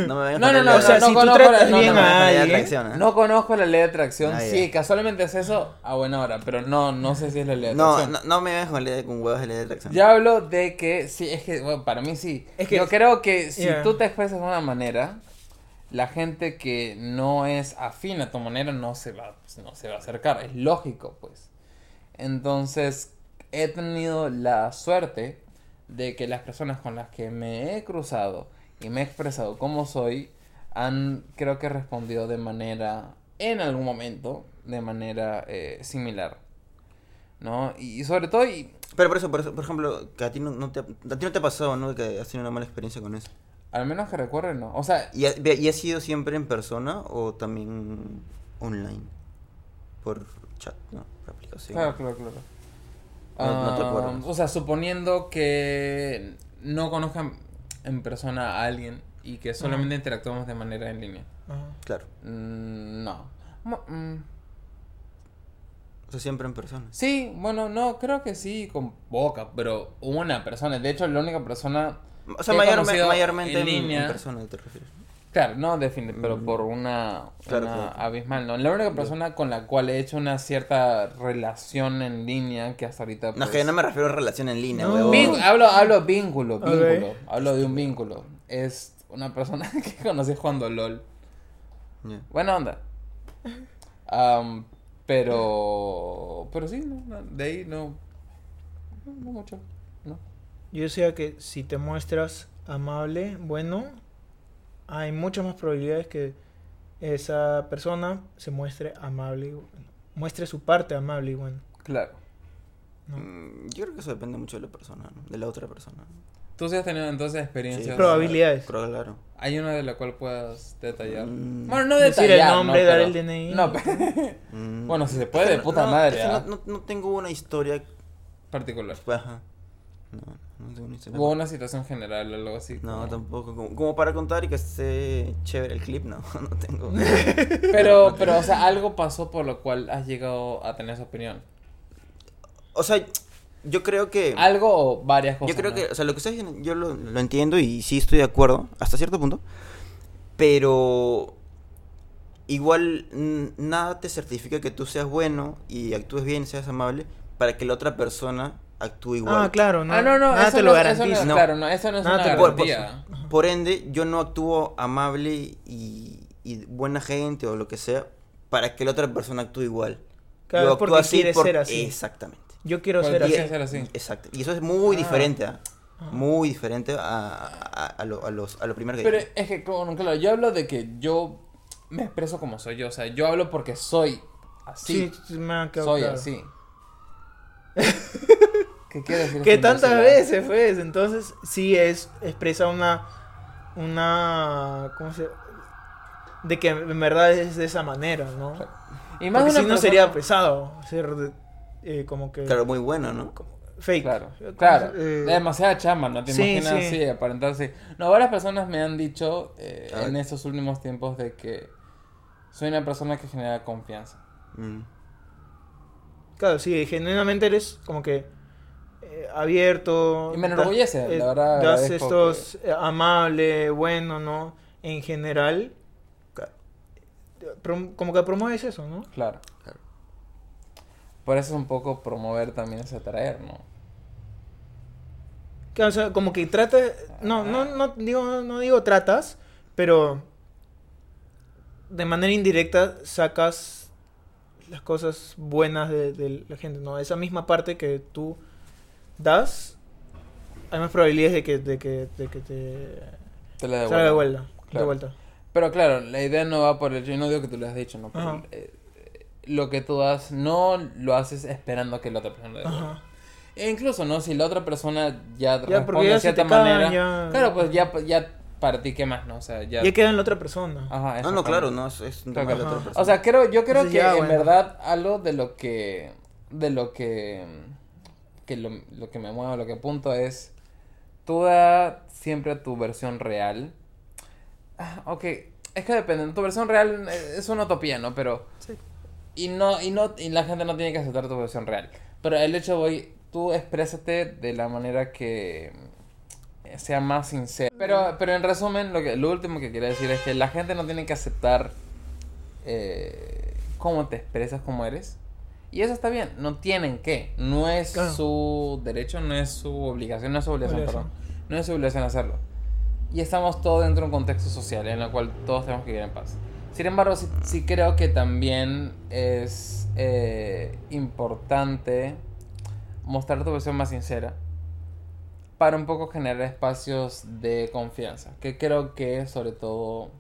Speaker 2: No me
Speaker 1: No,
Speaker 2: dejes con
Speaker 1: no,
Speaker 2: ley
Speaker 1: no,
Speaker 2: de
Speaker 1: o sea,
Speaker 2: atracción. ¿eh?
Speaker 1: no
Speaker 3: si tú
Speaker 1: conozco
Speaker 3: tratas
Speaker 1: la- no,
Speaker 3: bien
Speaker 1: no, ¿eh? no,
Speaker 3: a
Speaker 2: no, ya
Speaker 3: alguien,
Speaker 2: tracciona.
Speaker 1: No conozco la ley de atracción.
Speaker 2: Ah, ya.
Speaker 1: sí, casualmente es eso a buena hora, pero no, no sé si es la ley de
Speaker 2: No,
Speaker 1: atracción.
Speaker 2: no, no me dejes con, ley de- con huevos de ley de atracción.
Speaker 1: Ya hablo de que, sí, es que, bueno, para mí sí.
Speaker 3: Es que-
Speaker 1: Yo creo que si
Speaker 3: Yeah.
Speaker 1: tú te expresas de una manera, la gente que no es afín a tu manera no se va, pues, no se va a acercar, es lógico, pues. Entonces, he tenido la suerte de que las personas con las que me he cruzado y me he expresado como soy, han, creo que respondido de manera, en algún momento, de manera eh, similar. ¿No? Y, y sobre todo, y
Speaker 2: Pero por eso, por eso, por ejemplo, que a ti no, no te, a ti no te ha pasado, ¿no? Que has tenido una mala experiencia con eso.
Speaker 1: Al menos que recuerden, no. O sea,
Speaker 2: ¿Y ha, ve- y ha sido siempre en persona o también online? Por chat, ¿no? Por aplicación.
Speaker 1: claro, claro, claro.
Speaker 2: No- no te acuerdas.
Speaker 1: Ah, o sea, suponiendo que no conozcan en persona a alguien y que solamente interactuamos de manera en línea.
Speaker 3: Ajá.
Speaker 2: Claro.
Speaker 1: Mm, no. Mo- mm,
Speaker 2: O sea, siempre en persona.
Speaker 1: sí, bueno, no, creo que sí, con poca, pero una persona. De hecho, la única persona.
Speaker 2: O sea,
Speaker 1: que he
Speaker 2: mayor-
Speaker 1: conocido
Speaker 2: mayormente en, en
Speaker 1: línea-
Speaker 2: persona te refieres.
Speaker 1: Claro, no, definitivamente, pero
Speaker 2: Mm.
Speaker 1: por una,
Speaker 2: Claro,
Speaker 1: una
Speaker 2: claro.
Speaker 1: abismal, ¿no? La única persona con la cual he hecho una cierta relación en línea que hasta ahorita.
Speaker 2: No, es
Speaker 1: pues,
Speaker 2: que no me refiero a relación en línea,
Speaker 3: No.
Speaker 2: huevón.
Speaker 1: Vin- hablo, hablo vínculo,
Speaker 3: Ok.
Speaker 1: vínculo. Hablo de un vínculo. Es una persona que conocí jugando LOL.
Speaker 2: Ya.
Speaker 1: Buena onda. Am, pero. Pero sí, no, no, de ahí no. No, no mucho. No.
Speaker 3: Yo decía que si te muestras amable, bueno, hay muchas más probabilidades que esa persona se muestre amable, y bueno, muestre su parte amable y bueno.
Speaker 1: Claro.
Speaker 3: ¿no?
Speaker 2: Mm, Yo creo que eso depende mucho de la persona, ¿no? de la otra persona.
Speaker 1: Tú sí has tenido entonces experiencias.
Speaker 3: Probable. Probabilidades.
Speaker 2: Claro, claro.
Speaker 1: Hay una de la cual puedas detallar.
Speaker 2: Mm.
Speaker 1: Bueno, no
Speaker 3: Decir
Speaker 1: detallar.
Speaker 3: el nombre,
Speaker 1: no,
Speaker 3: dar
Speaker 1: pero-
Speaker 3: el DNI.
Speaker 1: No, pero-
Speaker 2: Mm.
Speaker 1: bueno, si se
Speaker 2: Es que
Speaker 1: puede,
Speaker 2: no-
Speaker 1: puta
Speaker 2: no,
Speaker 1: madre.
Speaker 2: es que no-
Speaker 1: ah,
Speaker 2: no, no tengo una historia.
Speaker 1: Particular.
Speaker 2: Ajá. No, no tengo una historia.
Speaker 1: O una situación general o algo así.
Speaker 2: No,
Speaker 1: como-
Speaker 2: tampoco. Como, como para contar y que esté chévere el clip, no, no tengo.
Speaker 1: Pero, pero, o sea, algo pasó por lo cual has llegado a tener esa opinión.
Speaker 2: o sea, yo creo que.
Speaker 1: Algo o varias cosas.
Speaker 2: Yo creo
Speaker 1: ¿no?
Speaker 2: que, o sea, lo que ustedes dicen, yo lo, lo entiendo y sí estoy de acuerdo, hasta cierto punto. Pero igual n- nada te certifica que tú seas bueno y actúes bien, seas amable, para que la otra persona actúe igual.
Speaker 3: Ah, claro, no,
Speaker 1: Ah, no, no,
Speaker 3: nada
Speaker 1: eso
Speaker 3: te
Speaker 1: no, eso
Speaker 3: lo
Speaker 1: no-
Speaker 3: garantiza.
Speaker 2: No.
Speaker 1: Claro, no, eso no es
Speaker 3: Nada
Speaker 1: una
Speaker 3: te lo
Speaker 2: Por, por-
Speaker 1: garantía.
Speaker 2: por ende, yo no actúo amable y, y buena gente o lo que sea para que la otra persona actúe igual.
Speaker 3: Claro,
Speaker 2: yo
Speaker 3: es
Speaker 2: actúo
Speaker 3: porque quieres
Speaker 2: por-
Speaker 3: ser así.
Speaker 2: Exactamente.
Speaker 3: Yo quiero
Speaker 1: Pues
Speaker 3: ser
Speaker 1: dice-
Speaker 3: así.
Speaker 1: que ser así.
Speaker 2: Exacto. Y eso es muy
Speaker 3: Ah.
Speaker 2: diferente, ¿ah?
Speaker 3: Ah.
Speaker 2: Muy diferente a, a, a lo, a los, a lo primero que
Speaker 1: Pero
Speaker 2: dije.
Speaker 1: es que, como, claro, yo hablo de que yo me expreso como soy yo. O sea, yo hablo porque soy así.
Speaker 3: Sí, sí, me ha quedado
Speaker 1: soy
Speaker 3: claro.
Speaker 1: así. ¿Qué quiere decir?
Speaker 3: Que
Speaker 1: esta
Speaker 3: tantas
Speaker 1: intensidad?
Speaker 3: veces fue, entonces sí es expresa una una ¿cómo se de que en verdad es de esa manera, ¿no?
Speaker 1: Y más
Speaker 3: Porque
Speaker 1: de una
Speaker 3: si no
Speaker 1: persona-
Speaker 3: sería pesado ser de- eh, como que
Speaker 2: Claro, muy bueno, ¿no?
Speaker 3: fake.
Speaker 1: Claro,
Speaker 3: Como-
Speaker 1: claro.
Speaker 3: eh,
Speaker 1: Demasiada chamba, ¿no? Te
Speaker 3: sí,
Speaker 1: imaginas
Speaker 3: sí.
Speaker 1: así, aparentarse. No, varias personas me han dicho eh,
Speaker 2: A ver.
Speaker 1: en estos últimos tiempos de que soy una persona que genera confianza.
Speaker 2: Mm.
Speaker 3: Claro, sí, genuinamente eres como que eh, abierto.
Speaker 1: Y me
Speaker 3: da- eh,
Speaker 1: enorgullece, la verdad,
Speaker 3: Das
Speaker 1: agradezco
Speaker 3: estos eh, amable, bueno, ¿no? En general,
Speaker 2: Claro.
Speaker 3: prom- como que promueves eso, ¿no?
Speaker 1: Claro.
Speaker 2: Claro.
Speaker 1: Por eso es un poco promover también es atraer, ¿no?
Speaker 3: Que, o sea, como que trata, no, no, no digo, no, digo tratas, pero de manera indirecta sacas las cosas buenas de, de la gente, ¿no? Esa misma parte que tú das, hay más probabilidades de que, de que, de que te
Speaker 1: Te la devuelvo.
Speaker 3: salga de vuelta. De
Speaker 1: Claro.
Speaker 3: vuelta.
Speaker 1: Pero claro, la idea no va por el... Yo no digo que tú lo has dicho, ¿no? Pero,
Speaker 3: Ajá.
Speaker 1: eh, eh, lo que tú das no lo haces esperando que la otra persona lo devuelva.
Speaker 3: Ajá.
Speaker 1: E incluso, ¿no? Si la otra persona ya,
Speaker 3: porque
Speaker 1: responde
Speaker 3: ya
Speaker 1: de
Speaker 3: si
Speaker 1: cierta
Speaker 3: te cagan,
Speaker 1: manera...
Speaker 3: ya-
Speaker 1: Claro, pues ya, ya para ti, ¿qué más, no? O sea, ya...
Speaker 3: Ya queda en la otra
Speaker 1: Ajá,
Speaker 2: No,
Speaker 3: persona.
Speaker 2: Ah, no,
Speaker 1: exactamente.
Speaker 2: claro, no, es, es un
Speaker 1: Claro,
Speaker 2: tema de
Speaker 3: claro.
Speaker 2: otra persona.
Speaker 1: O sea, creo, yo creo
Speaker 3: Entonces
Speaker 1: que
Speaker 3: ya,
Speaker 1: en
Speaker 3: bueno.
Speaker 1: verdad algo de lo que, de lo que, que lo, lo que me mueve, lo que apunto es, tú da siempre tu versión real. Ah, ok, es que depende, tu versión real eh, es una utopía, ¿no? Pero,
Speaker 3: Sí.
Speaker 1: y no, y no, y la gente no tiene que aceptar tu versión real. Pero el hecho, voy, tú exprésate de la manera que, eh, sea más sincero. Pero, pero en resumen, lo, que, lo último que quería decir es que la gente no tiene que aceptar eh, cómo te expresas, cómo eres. Y eso está bien, no tienen que. No es
Speaker 3: Claro.
Speaker 1: su derecho, no es su obligación, no es su obligación,
Speaker 3: Obligación.
Speaker 1: perdón. No es su obligación hacerlo. Y estamos todos dentro de un contexto social en el cual todos tenemos que vivir en paz. Sin embargo, sí, sí creo que también es eh, importante mostrar tu versión más sincera para un poco generar espacios de confianza, que creo que sobre todo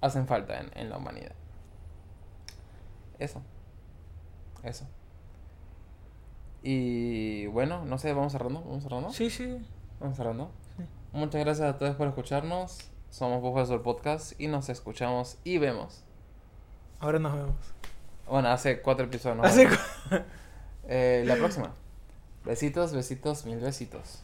Speaker 1: hacen falta en, en la humanidad. Eso. Eso. Y bueno, no sé, vamos cerrando, vamos cerrando.
Speaker 3: Sí, sí.
Speaker 1: Vamos cerrando.
Speaker 3: Sí.
Speaker 1: Muchas gracias a todos por escucharnos. Somos Bufas del Podcast y nos escuchamos y vemos.
Speaker 3: Ahora nos vemos.
Speaker 1: Bueno, hace cuatro episodios. ¿no?
Speaker 3: Hace cu-
Speaker 1: Eh, la próxima. Besitos, besitos, mil besitos.